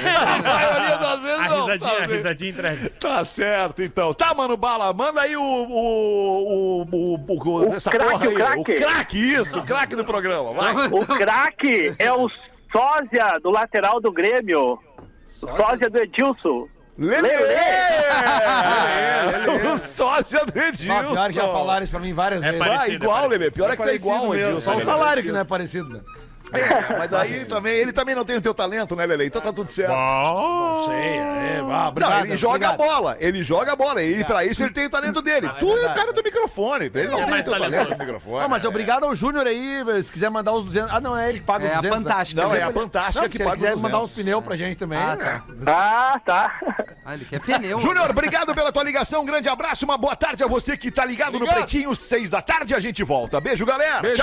Speaker 9: Na maioria das vezes
Speaker 8: A
Speaker 9: não.
Speaker 8: risadinha, a
Speaker 9: tá, bem.
Speaker 8: risadinha entrega.
Speaker 9: Tá certo, então. Tá, mano, bala, manda aí o. O. O. O. O.
Speaker 5: O
Speaker 9: essa
Speaker 5: craque,
Speaker 9: porra aí.
Speaker 5: o craque.
Speaker 9: O craque, isso, o craque do programa. Vai.
Speaker 5: o craque é o sósia do lateral do Grêmio. Sósia do Edilson.
Speaker 9: Lele!
Speaker 14: Lelê, Lelê.
Speaker 9: O sócio do Edilson.
Speaker 6: Ah, pior que já falaram isso pra mim várias
Speaker 8: É
Speaker 6: vezes.
Speaker 8: parecido.
Speaker 9: Ah, igual, Lelê. Pior é que tá
Speaker 14: parecido
Speaker 9: igual,
Speaker 14: mesmo.
Speaker 9: Edilson.
Speaker 7: um
Speaker 6: Só o
Speaker 9: Lelê.
Speaker 6: salário que não é parecido, né?
Speaker 9: É, mas aí também, ele também não tem o teu talento, né, Lele? Então tá tudo certo.
Speaker 8: Ó,
Speaker 9: não, ele joga a bola, ele joga a bola. E pra isso ele tem o talento
Speaker 6: Ah,
Speaker 9: dele. tu é o cara do microfone, ele não tem o
Speaker 8: mais
Speaker 9: teu talento do
Speaker 8: talentoso.
Speaker 9: microfone.
Speaker 6: é Não, mas obrigado ao Júnior aí, se quiser mandar os 200... Ah, não, é ele que paga
Speaker 2: É
Speaker 6: os
Speaker 2: a
Speaker 6: 200. né?
Speaker 2: fantástica.
Speaker 9: Não,
Speaker 2: né?
Speaker 9: é a fantástica
Speaker 6: Não,
Speaker 9: que
Speaker 6: se ele
Speaker 9: paga os
Speaker 6: quiser mandar
Speaker 9: 200.
Speaker 6: uns pneus pra gente também.
Speaker 2: Ah,
Speaker 6: né?
Speaker 2: tá.
Speaker 5: Ah, tá.
Speaker 2: Ah, ele quer pneu.
Speaker 9: Júnior, obrigado pela tua ligação. Um grande abraço, uma boa tarde a você que tá ligado no Pretinho. Seis da tarde a gente volta. Beijo, galera. Beijo.